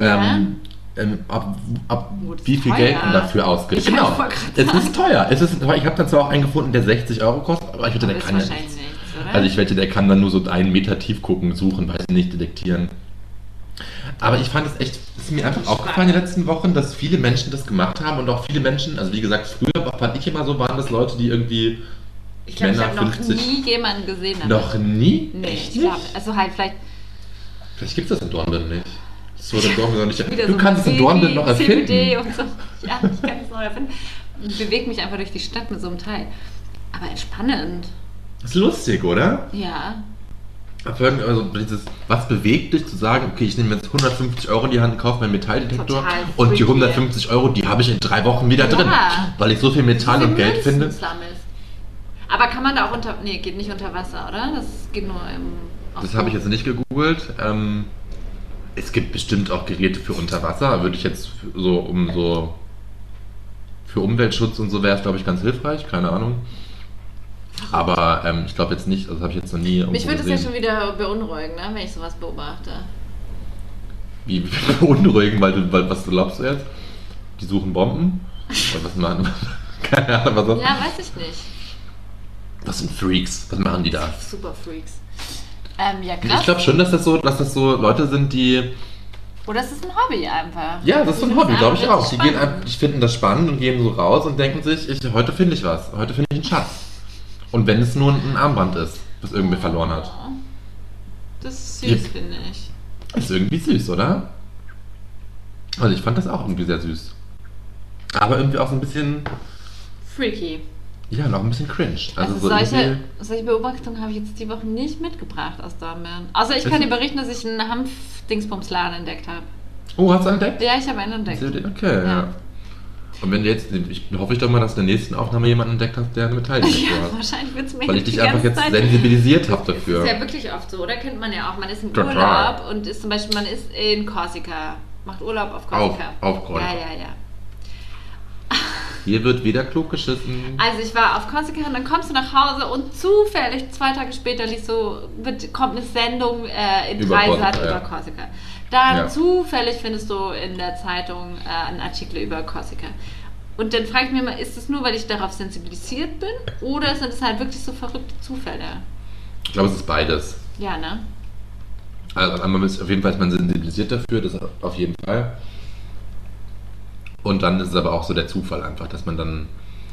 Speaker 3: Ja.
Speaker 2: ähm, ähm, ab, ab
Speaker 3: Oh, das ist
Speaker 2: wie viel
Speaker 3: teuer.
Speaker 2: Geld man dafür ausgibt.
Speaker 3: Ich
Speaker 2: Genau.
Speaker 3: wollte gerade
Speaker 2: Es ist teuer. Es ist teuer. Ich habe dann zwar auch einen gefunden, der 60 Euro kostet, aber ich würde der
Speaker 3: ist
Speaker 2: kann ja
Speaker 3: wahrscheinlich
Speaker 2: nichts.
Speaker 3: nichts, oder?
Speaker 2: Also ich wette, der kann dann nur so einen Meter tief gucken, suchen, weiß nicht, detektieren. Aber ich fand es echt, es ist mir einfach aufgefallen in den letzten Wochen, dass viele Menschen das gemacht haben und auch viele Menschen, also wie gesagt, früher fand ich immer so, waren das Leute, die irgendwie
Speaker 3: ich glaube, ich
Speaker 2: Männer
Speaker 3: habe noch
Speaker 2: 50.
Speaker 3: nie jemanden gesehen. damit.
Speaker 2: noch nie,
Speaker 3: Nee,
Speaker 2: echt
Speaker 3: ich
Speaker 2: nicht?
Speaker 3: glaube, also halt vielleicht
Speaker 2: Vielleicht gibt es das in Dornbirn nicht. Das wurde in Dornbirn noch nicht.
Speaker 3: wieder
Speaker 2: Du
Speaker 3: so
Speaker 2: kannst es in
Speaker 3: CBD,
Speaker 2: Dornbirn noch erfinden.
Speaker 3: CBD und so. Ja, ich kann es noch erfinden. Und bewege mich einfach durch die Stadt mit so einem Teil. Aber entspannend.
Speaker 2: Ist lustig, oder?
Speaker 3: Ja.
Speaker 2: Vorhin, also dieses, was bewegt dich zu sagen, okay, ich nehme jetzt 150 Euro in die Hand, kaufe meinen Metalldetektor
Speaker 3: Total
Speaker 2: und die
Speaker 3: freaky.
Speaker 2: 150 Euro, die habe ich in drei Wochen wieder
Speaker 3: Ja.
Speaker 2: drin, weil ich so viel Metall
Speaker 3: Diese
Speaker 2: und Geld
Speaker 3: Münzen
Speaker 2: finde.
Speaker 3: sammelst. Aber kann man da auch unter. Nee, geht nicht unter Wasser, oder? Das geht nur im. auf
Speaker 2: Das habe ich jetzt nicht gegoogelt. Ähm, es gibt bestimmt auch Geräte für Unterwasser, würde ich jetzt für- so um so für Umweltschutz und so wäre es, glaube ich, ganz hilfreich, keine Ahnung. Aber ähm, ich glaube jetzt nicht, also das habe ich jetzt noch nie
Speaker 3: Mich
Speaker 2: irgendwo
Speaker 3: würde es ja
Speaker 2: gesehen.
Speaker 3: schon wieder beunruhigen, ne, wenn ich sowas beobachte.
Speaker 2: Wie wie beunruhigend, weil du, weil, was du glaubst du jetzt? Die suchen Bomben? Oder was machen? Keine Ahnung, was das
Speaker 3: Ja, weiß ich nicht.
Speaker 2: Das sind Freaks. Was machen die da?
Speaker 3: Super Freaks. Ähm, ja, krass.
Speaker 2: Ich glaube schon, dass das so, dass das so Leute sind, die
Speaker 3: Oder es ist ein Hobby einfach.
Speaker 2: Ja, das ist so ein Hobby, glaube ich auch. Die gehen
Speaker 3: ab.
Speaker 2: ab, die finden das spannend und gehen so raus und denken sich, ich, heute finde ich was, heute finde ich einen Schatz. Und wenn es nur ein Armband ist, das irgendwer verloren hat.
Speaker 3: Das ist süß,
Speaker 2: Yep.
Speaker 3: finde ich.
Speaker 2: Ist irgendwie süß, oder? Also ich fand das auch irgendwie sehr süß. Aber irgendwie auch so ein bisschen,
Speaker 3: Freaky.
Speaker 2: ja, noch ein bisschen cringe. Also,
Speaker 3: Also,
Speaker 2: so
Speaker 3: solche,
Speaker 2: irgendwie,
Speaker 3: solche Beobachtungen habe ich jetzt die Woche nicht mitgebracht aus Dortmund. Außer
Speaker 2: Ist
Speaker 3: ich kann
Speaker 2: es-
Speaker 3: dir berichten, dass ich einen Hanf-Dingsbums-Laden entdeckt habe.
Speaker 2: oh, hast du entdeckt?
Speaker 3: Ja, ich habe einen entdeckt.
Speaker 2: Okay, ja.
Speaker 3: Ja.
Speaker 2: Und wenn du jetzt, ich hoffe ich doch mal, dass du in der nächsten Aufnahme jemanden entdeckt hast, der eine Metalldetektor
Speaker 3: Ja,
Speaker 2: hat.
Speaker 3: wahrscheinlich wird es mir
Speaker 2: Weil ich
Speaker 3: die
Speaker 2: dich einfach
Speaker 3: ganze
Speaker 2: jetzt
Speaker 3: Zeit-
Speaker 2: sensibilisiert habe
Speaker 3: Das
Speaker 2: dafür.
Speaker 3: ist ja wirklich oft so, oder? Kennt man ja auch. Man ist im
Speaker 2: Total.
Speaker 3: Urlaub und ist zum Beispiel, man ist in Korsika. Macht Urlaub auf Korsika.
Speaker 2: Auf- auf Korsika.
Speaker 3: Ja, ja, ja.
Speaker 2: Hier wird wieder klug geschissen.
Speaker 3: Also ich war auf Korsika und dann kommst du nach Hause und zufällig zwei Tage später liest so, wird, kommt eine Sendung äh, in
Speaker 2: Über
Speaker 3: Dreisat
Speaker 2: Korsika, ja.
Speaker 3: über Korsika. Dann
Speaker 2: Ja.
Speaker 3: zufällig findest du in der Zeitung äh, einen Artikel über Korsika. Und dann frage ich mich immer, ist es nur, weil ich darauf sensibilisiert bin oder sind es halt wirklich so verrückte Zufälle?
Speaker 2: Ich glaube, es ist beides.
Speaker 3: Ja, ne?
Speaker 2: Also einmal ist auf jeden Fall ist man sensibilisiert dafür, das auf jeden Fall. Und dann ist es aber auch so der Zufall einfach, dass man dann,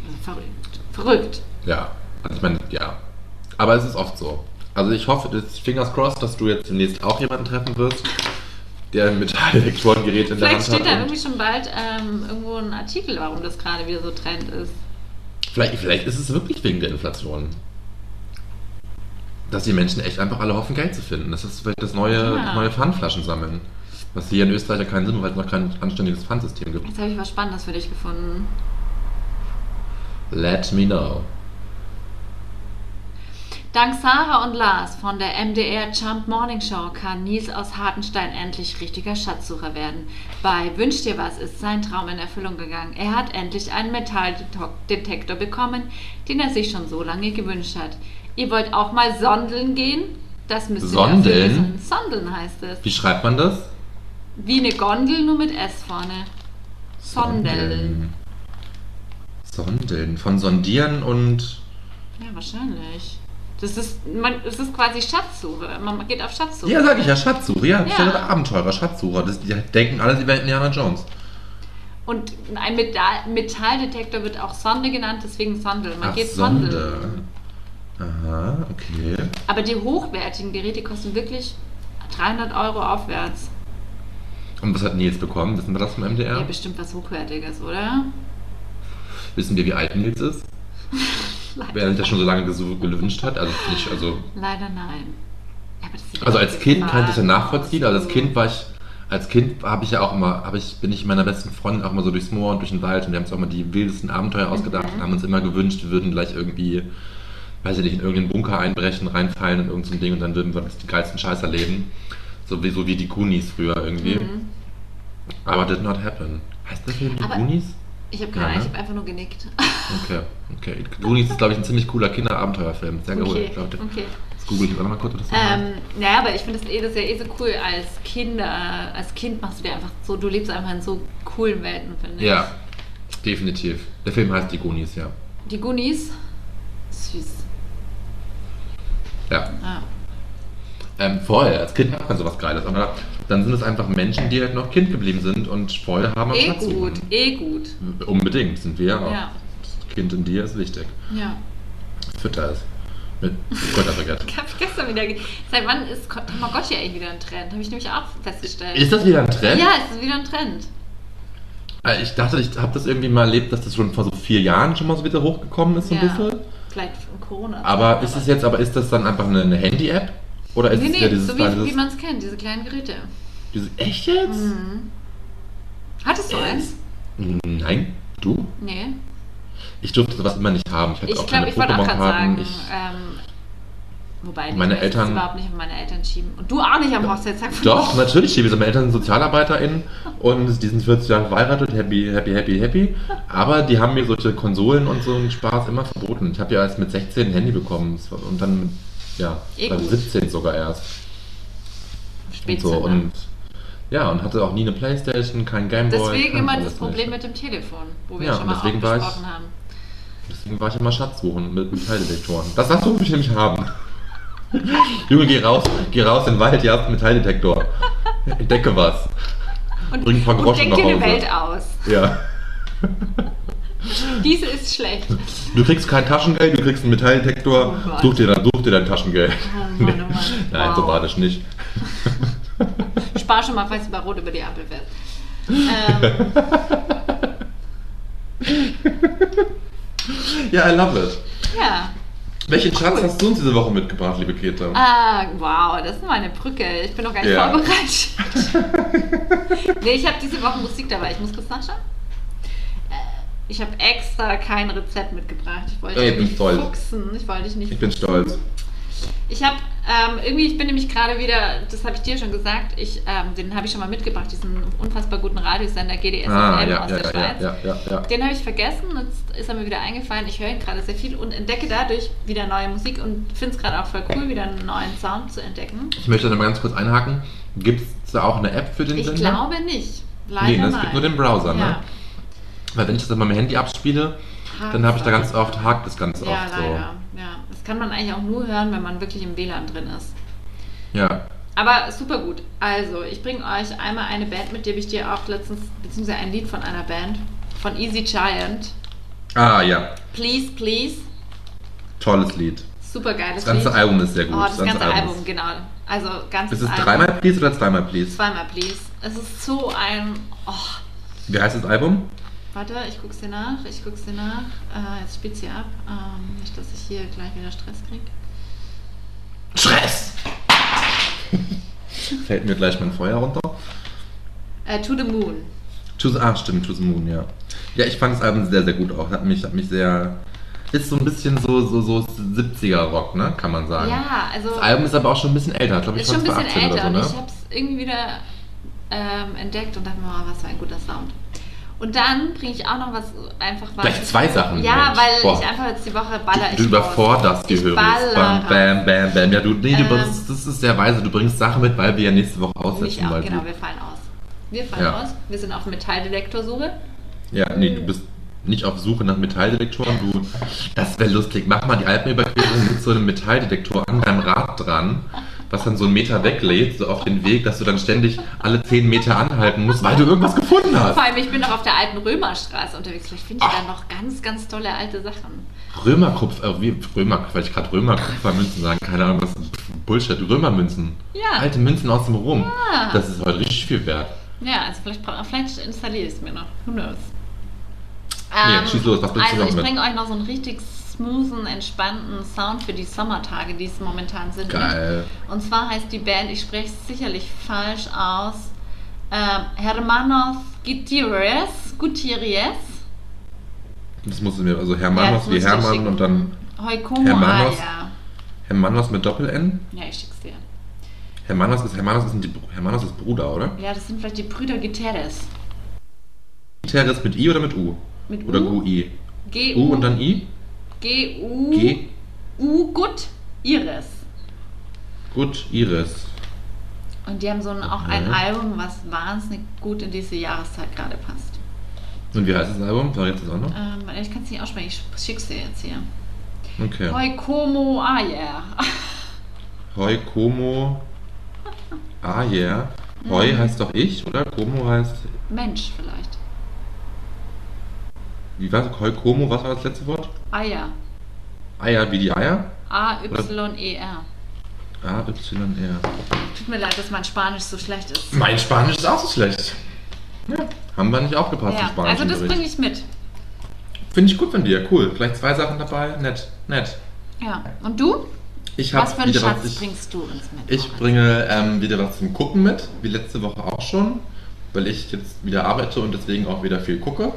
Speaker 3: Also verrückt. Verrückt.
Speaker 2: ja, also ich meine, ja. Aber es ist oft so. Also ich hoffe, das fingers crossed, dass du jetzt demnächst auch jemanden treffen wirst, der ein Metalldetektorengerät in der
Speaker 3: Vielleicht
Speaker 2: Hand
Speaker 3: steht da
Speaker 2: hat.
Speaker 3: irgendwie
Speaker 2: und
Speaker 3: schon bald ähm, irgendwo ein Artikel, warum das gerade wieder so Trend ist.
Speaker 2: Vielleicht, vielleicht ist es wirklich wegen der Inflation. Dass die Menschen echt einfach alle hoffen, Geld zu finden. Das ist vielleicht das neue,
Speaker 3: Ja.
Speaker 2: das neue Pfandflaschen sammeln. Was hier in Österreich ja keinen Sinn macht, weil es noch kein anständiges Pfandsystem gibt.
Speaker 3: Jetzt habe ich was Spannendes für dich gefunden.
Speaker 2: Let me know.
Speaker 3: Dank Sarah und Lars von der MDR Jump Morning Show kann Nils aus Hartenstein endlich richtiger Schatzsucher werden. Bei Wünsch dir was ist sein Traum in Erfüllung gegangen. Er hat endlich einen Metalldetektor bekommen, den er sich schon so lange gewünscht hat. Ihr wollt auch mal sondeln gehen? Das müsst ihr
Speaker 2: Sondeln?
Speaker 3: dafür wissen. Sondeln heißt es.
Speaker 2: Wie schreibt man das?
Speaker 3: Wie eine Gondel, nur mit S vorne. Sondeln.
Speaker 2: Sondeln. Von sondieren und.
Speaker 3: Ja, wahrscheinlich. Das ist, man, es ist quasi Schatzsuche. Man geht auf Schatzsuche.
Speaker 2: Ja, sag ich ja, Schatzsucher. Ja,
Speaker 3: Ja.
Speaker 2: ja. Abenteurer, Schatzsucher. Das, die denken alle, sie wären Indiana Jones.
Speaker 3: Und ein Metall Metalldetektor wird auch Sonde genannt, deswegen Sondel. Man geht
Speaker 2: Sonde.
Speaker 3: Sondeln.
Speaker 2: Aha, okay.
Speaker 3: Aber die hochwertigen Geräte kosten wirklich 300 Euro aufwärts.
Speaker 2: Und was hat Nils bekommen? Wissen wir das vom
Speaker 3: Ja,
Speaker 2: MDR?
Speaker 3: bestimmt was Hochwertiges, oder?
Speaker 2: Wissen wir, wie alt Nils ist? Wer
Speaker 3: Leider,
Speaker 2: sich das schon so lange gesu- gewünscht hat? Also, nicht, also,
Speaker 3: leider nein. Ja, aber das sieht
Speaker 2: also
Speaker 3: ja
Speaker 2: als Kind kann ich das ja
Speaker 3: gefahren
Speaker 2: nachvollziehen.
Speaker 3: aus.
Speaker 2: Also als Kind war ich. Als Kind habe ich ja auch immer, habe ich, bin ich mit meiner besten Freundin auch mal so durchs Moor und durch den Wald und wir haben uns auch mal die wildesten Abenteuer ausgedacht
Speaker 3: Mhm.
Speaker 2: und haben uns immer gewünscht, wir würden gleich irgendwie, weiß ich nicht, in irgendeinen Bunker einbrechen, reinfallen und irgend so ein Ding und dann würden wir uns den geilsten Scheiß erleben. So wie, so wie die Goonies früher irgendwie. Aber did not happen. Heißt der Film die
Speaker 3: Mhm. Aber-
Speaker 2: Goonies?
Speaker 3: Ich habe keine
Speaker 2: Ja,
Speaker 3: Ahnung,
Speaker 2: ne?
Speaker 3: ich habe einfach nur genickt.
Speaker 2: Okay, okay. Goonies ist, glaube ich, ein ziemlich cooler Kinderabenteuerfilm. Sehr geholt.
Speaker 3: Okay,
Speaker 2: Ich glaube,
Speaker 3: okay.
Speaker 2: das google ich auch nochmal kurz, ob das so heißt.
Speaker 3: Ähm, naja, aber ich finde das, eh, das ist ja eh so cool als Kinder. Als Kind machst du dir einfach so, du lebst einfach in so coolen Welten, finde
Speaker 2: Ja, definitiv. Der Film heißt Die Goonies, ja.
Speaker 3: ich. Die Goonies, süß. Ah.
Speaker 2: Ja.
Speaker 3: Ja.
Speaker 2: Ähm, vorher, als Kind hat man sowas Geiles, aber dann sind es einfach Menschen, die halt noch Kind geblieben sind und Freude haben am
Speaker 3: Eh
Speaker 2: Schatz
Speaker 3: gut,
Speaker 2: suchen.
Speaker 3: eh gut.
Speaker 2: Unbedingt, sind wir auch.
Speaker 3: Ja.
Speaker 2: Das Kind in dir ist wichtig.
Speaker 3: Ja.
Speaker 2: Fütter es. Mit also Kräuterbaguette.
Speaker 3: Ich habe gestern wieder. ge- Seit wann ist Ko- Tamagotchi eigentlich wieder ein Trend? Habe ich nämlich auch festgestellt.
Speaker 2: Ist das wieder ein Trend?
Speaker 3: ja, es ist wieder ein Trend.
Speaker 2: Äh, Ich dachte, ich habe das irgendwie mal erlebt, dass das schon vor so vier Jahren schon mal so wieder hochgekommen ist, so ein
Speaker 3: Ja.
Speaker 2: bisschen.
Speaker 3: Vielleicht von Corona.
Speaker 2: Aber ist es jetzt, aber ist das dann einfach eine, eine Handy-App? Oder ist
Speaker 3: Nee,
Speaker 2: es wieder
Speaker 3: nee,
Speaker 2: dieses
Speaker 3: so
Speaker 2: kleine-
Speaker 3: wie, wie man es kennt, diese kleinen Geräte.
Speaker 2: dieses, Echt jetzt? Mhm.
Speaker 3: Hattest du eins? Hm.
Speaker 2: Nein, du?
Speaker 3: Nee.
Speaker 2: Ich durfte sowas immer nicht haben. Ich hatte
Speaker 3: Ich
Speaker 2: auch
Speaker 3: glaube,
Speaker 2: keine
Speaker 3: ich wollte auch gerade
Speaker 2: Pokémon-Karten.
Speaker 3: sagen,
Speaker 2: Ich,
Speaker 3: ähm, wobei ich
Speaker 2: Meine
Speaker 3: möchte es
Speaker 2: Eltern-
Speaker 3: überhaupt nicht auf meine Eltern schieben. Und du auch nicht am Hochzeitstag von
Speaker 2: doch, natürlich, liebe meine Eltern sind SozialarbeiterInnen und die sind 40 Jahre verheiratet, happy, happy, happy, happy. Aber die haben mir solche Konsolen und so einen Spaß immer verboten. Ich habe ja erst mit 16 ein Handy bekommen Es war- und dann mit, ja,
Speaker 3: Eh
Speaker 2: oder mit
Speaker 3: gut.
Speaker 2: 17 sogar erst. Und
Speaker 3: Spätzünder.
Speaker 2: so und ja, und hatte auch nie eine Playstation, kein Gameboy.
Speaker 3: Deswegen
Speaker 2: kein
Speaker 3: immer
Speaker 2: alles
Speaker 3: das Problem
Speaker 2: nicht.
Speaker 3: mit dem Telefon, wo wir
Speaker 2: Ja,
Speaker 3: schon mal auch
Speaker 2: deswegen war ich-
Speaker 3: besprochen haben.
Speaker 2: Deswegen war ich immer Schatzsuchen mit Metalldetektoren. Das, das durfte ich nämlich haben. Junge, geh raus, geh raus in den Wald, hier hast du einen Metalldetektor. Entdecke was.
Speaker 3: Und,
Speaker 2: Bring ein paar
Speaker 3: und
Speaker 2: Groschen nach
Speaker 3: denk dir eine
Speaker 2: Hause.
Speaker 3: Welt aus.
Speaker 2: Ja.
Speaker 3: Diese ist schlecht.
Speaker 2: Du kriegst kein Taschengeld, du kriegst einen Metalldetektor.
Speaker 3: Oh Gott.
Speaker 2: such, dir dann, such dir dein Taschengeld.
Speaker 3: Oh Mann, oh Mann.
Speaker 2: Nein, so war das nicht.
Speaker 3: Spar schon mal, falls du bei Rot über die Ampel fährst. Ähm,
Speaker 2: Ja, I love it.
Speaker 3: ja.
Speaker 2: Welchen Schatz hast du uns diese Woche mitgebracht, liebe Käthe?
Speaker 3: Ah, wow, das ist mal eine Brücke. Ich bin noch gar nicht
Speaker 2: Ja.
Speaker 3: vorbereitet. nee, ich habe diese Woche Musik dabei. Ich muss kurz nachschauen. Äh, Ich habe extra kein Rezept mitgebracht. Ich wollte
Speaker 2: Ja, ich
Speaker 3: dich
Speaker 2: bin
Speaker 3: nicht
Speaker 2: stolz.
Speaker 3: fuchsen. Ich wollte dich nicht
Speaker 2: Ich bin stolz.
Speaker 3: Ich habe ähm, irgendwie, ich bin nämlich gerade wieder, das habe ich dir schon gesagt, ich, ähm, den habe ich schon mal mitgebracht, diesen unfassbar guten Radiosender GDS
Speaker 2: Ah,
Speaker 3: FM
Speaker 2: ja,
Speaker 3: aus
Speaker 2: ja,
Speaker 3: der
Speaker 2: ja, ja,
Speaker 3: Schweiz.
Speaker 2: ja, ja, ja.
Speaker 3: Den habe ich vergessen, jetzt ist er mir wieder eingefallen. Ich höre ihn gerade sehr viel und entdecke dadurch wieder neue Musik und finde es gerade auch voll cool, wieder einen neuen Sound zu entdecken.
Speaker 2: Ich möchte da mal ganz kurz einhaken. Gibt es da auch eine App für den
Speaker 3: Ich
Speaker 2: Sender?
Speaker 3: glaube nicht. Leider
Speaker 2: Nee, das
Speaker 3: nein.
Speaker 2: gibt nur den Browser, ne?
Speaker 3: Ja.
Speaker 2: Weil wenn ich das auf meinem Handy abspiele,
Speaker 3: Hakt
Speaker 2: dann habe ich da
Speaker 3: es.
Speaker 2: ganz oft, hakt das ganz
Speaker 3: Ja,
Speaker 2: oft
Speaker 3: leider. Ja. Das kann man eigentlich auch nur hören, wenn man wirklich im WLAN drin ist.
Speaker 2: so. Ja.
Speaker 3: Aber super gut. Also, ich bringe euch einmal eine Band mit, die habe ich dir auch letztens, beziehungsweise ein Lied von einer Band, von Easy Giant.
Speaker 2: Ah ja,
Speaker 3: Please, please.
Speaker 2: tolles Lied.
Speaker 3: Super geiles
Speaker 2: Das ganze
Speaker 3: Lied.
Speaker 2: Album ist sehr gut.
Speaker 3: Oh, das ganze Album,
Speaker 2: ist-
Speaker 3: genau. Also, ganzes
Speaker 2: Ist es
Speaker 3: Album.
Speaker 2: dreimal Please oder zweimal Please?
Speaker 3: Zweimal, please. Es ist so ein. Oh,
Speaker 2: Wie heißt das Album?
Speaker 3: warte, ich guck's dir nach, ich guck's dir nach. Äh, jetzt spielt's hier ab. Ähm, nicht, dass ich hier gleich wieder Stress kriege.
Speaker 2: Stress! Fällt mir gleich mein Feuer runter.
Speaker 3: Äh, to the Moon.
Speaker 2: To the, ah, stimmt, To the Moon, ja. Ja, ich fand das Album sehr, sehr gut auch. Hat mich, hat mich sehr. Ist so ein bisschen so, so, so 70er-Rock, ne? Kann man sagen.
Speaker 3: Ja, also.
Speaker 2: Das Album ist aber auch schon ein bisschen älter, glaube ich,
Speaker 3: ist schon ein
Speaker 2: fast bei
Speaker 3: bisschen
Speaker 2: 18
Speaker 3: älter und
Speaker 2: oder so,
Speaker 3: ich
Speaker 2: ne?
Speaker 3: habe es irgendwie wieder ähm, entdeckt und dachte mir, oh, was für ein guter Sound. Und dann bringe ich auch noch was einfach was.
Speaker 2: Gleich zwei Sachen,
Speaker 3: Ja,
Speaker 2: Mensch.
Speaker 3: weil
Speaker 2: Boah.
Speaker 3: ich einfach jetzt die Woche baller ich
Speaker 2: Du überforderst die
Speaker 3: Ich
Speaker 2: Hörer. Bam,
Speaker 3: baller
Speaker 2: bam, bam, bam. Ja, du, nee, du
Speaker 3: Ähm.
Speaker 2: bringst, das ist sehr weise. Du bringst Sachen mit, weil wir ja nächste Woche
Speaker 3: raus. Nicht
Speaker 2: aussetzen.
Speaker 3: auch,
Speaker 2: weil
Speaker 3: genau,
Speaker 2: du,
Speaker 3: wir fallen aus. Wir fallen
Speaker 2: Ja.
Speaker 3: aus. Wir sind auf Metalldetektorsuche.
Speaker 2: ja, nee, du bist nicht auf Suche nach Metalldetektoren. Du, das wäre lustig. Mach mal die Alpenüberquerung mit so einem Metalldetektor an deinem Rad dran, was dann so einen Meter weglädt, so auf den Weg, dass du dann ständig alle 10 Meter anhalten musst, weil du irgendwas gefunden hast.
Speaker 3: Vor allem, ich bin noch auf der alten Römerstraße unterwegs. Vielleicht finde ich
Speaker 2: Ach.
Speaker 3: da noch ganz, ganz tolle alte Sachen.
Speaker 2: Römerkupf, äh, wie Römerkupf, weil ich gerade Römerkupfermünzen sagen, keine Ahnung, was ist Bullshit, Römermünzen.
Speaker 3: Ja.
Speaker 2: Alte Münzen aus dem Rum. Das ist heute richtig viel wert.
Speaker 3: Ja, also vielleicht, bra- vielleicht installiere ich es mir noch. Who knows?
Speaker 2: Nee, schieß los, was bringst du
Speaker 3: also
Speaker 2: noch
Speaker 3: ich
Speaker 2: mit?
Speaker 3: bringe euch noch so einen richtig smoothen, entspannten Sound für die Sommertage, die es momentan sind.
Speaker 2: Geil.
Speaker 3: Und zwar heißt die Band, ich spreche es sicherlich falsch aus, äh, Hermanos Gutierrez. Gutierrez.
Speaker 2: Das musst du mir, also
Speaker 3: Ja,
Speaker 2: Hermanos
Speaker 3: das
Speaker 2: wie
Speaker 3: musst du
Speaker 2: Hermann
Speaker 3: schicken.
Speaker 2: und dann
Speaker 3: Heukomo
Speaker 2: Hermanos?
Speaker 3: Aya.
Speaker 2: Hermanos mit Doppel-N.
Speaker 3: Ja, ich schick's dir.
Speaker 2: Hermanos ist, Hermanos ist, ein, die- Hermanos ist Bruder, oder?
Speaker 3: Ja, das sind vielleicht die Brüder Gutierrez.
Speaker 2: Terres mit I oder mit U?
Speaker 3: Mit
Speaker 2: Oder
Speaker 3: U?
Speaker 2: GUI?
Speaker 3: G
Speaker 2: U und dann I?
Speaker 3: G U
Speaker 2: G?
Speaker 3: U Gut Iris.
Speaker 2: Gut, Iris.
Speaker 3: Und die haben so ein, auch ein
Speaker 2: Mhm.
Speaker 3: Album, was wahnsinnig gut in diese Jahreszeit gerade passt.
Speaker 2: Und wie heißt das Album? Verrätst du es auch noch?
Speaker 3: Ähm, ich kann es nicht aussprechen, ich schick's dir jetzt hier.
Speaker 2: Okay.
Speaker 3: Hoi ah, como ayer.
Speaker 2: Hoi, Como. Ah, yeah.
Speaker 3: Mhm.
Speaker 2: Hoi heißt doch ich, oder? Como heißt
Speaker 3: Mensch vielleicht.
Speaker 2: Wie war Hoi Como, was war das letzte Wort?
Speaker 3: Eier.
Speaker 2: Eier wie die Eier? A,
Speaker 3: A-Y-E-R.
Speaker 2: Y, R.
Speaker 3: E Tut mir leid, dass mein Spanisch so schlecht ist.
Speaker 2: Mein Spanisch ist auch so schlecht. Ja, haben wir nicht aufgepasst im
Speaker 3: Ja,
Speaker 2: Spanisch.
Speaker 3: also das bringe ich mit.
Speaker 2: Finde ich gut von dir, cool. Gleich zwei Sachen dabei, nett, nett.
Speaker 3: Ja. Und du?
Speaker 2: Ich
Speaker 3: Was
Speaker 2: hab
Speaker 3: für einen
Speaker 2: wieder
Speaker 3: Schatz
Speaker 2: was, ich,
Speaker 3: bringst du uns mit?
Speaker 2: ich
Speaker 3: Moritz?
Speaker 2: bringe ähm, wieder was zum Gucken mit, wie letzte Woche auch schon, weil ich jetzt wieder arbeite und deswegen auch wieder viel gucke.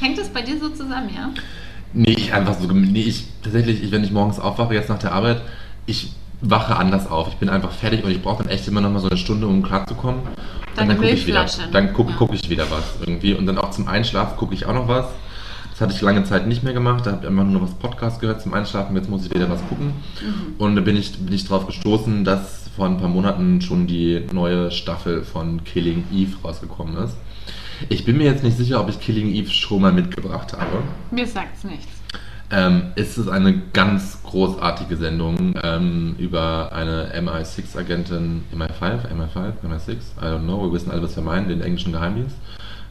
Speaker 3: Hängt das bei dir so zusammen, ja?
Speaker 2: Nee, ich einfach so. gem- Nee, ich tatsächlich, ich, wenn ich morgens aufwache, jetzt nach der Arbeit, ich wache anders auf. Ich bin einfach fertig und ich brauche dann echt immer noch mal so eine Stunde, um klarzukommen.
Speaker 3: Deine
Speaker 2: gucke ich wieder.
Speaker 3: Milchflasche, ne?
Speaker 2: Dann gucke
Speaker 3: Ja.
Speaker 2: guck ich wieder was irgendwie. Und dann auch zum Einschlafen gucke ich auch noch was. Das hatte ich lange Zeit nicht mehr gemacht. Da habe ich einfach nur noch was Podcast gehört zum Einschlafen. Jetzt muss ich wieder was gucken.
Speaker 3: Mhm.
Speaker 2: Und da bin ich, bin ich drauf gestoßen, dass vor ein paar Monaten schon die neue Staffel von Killing Eve rausgekommen ist. Ich bin mir jetzt nicht sicher, ob ich Killing Eve schon mal mitgebracht habe.
Speaker 3: Mir sagt's nichts.
Speaker 2: Ähm, es ist eine ganz großartige Sendung ähm, über eine MI6-Agentin, MI5, MI5, MI6, I don't know, wir wissen alle, was wir meinen, den englischen Geheimdienst.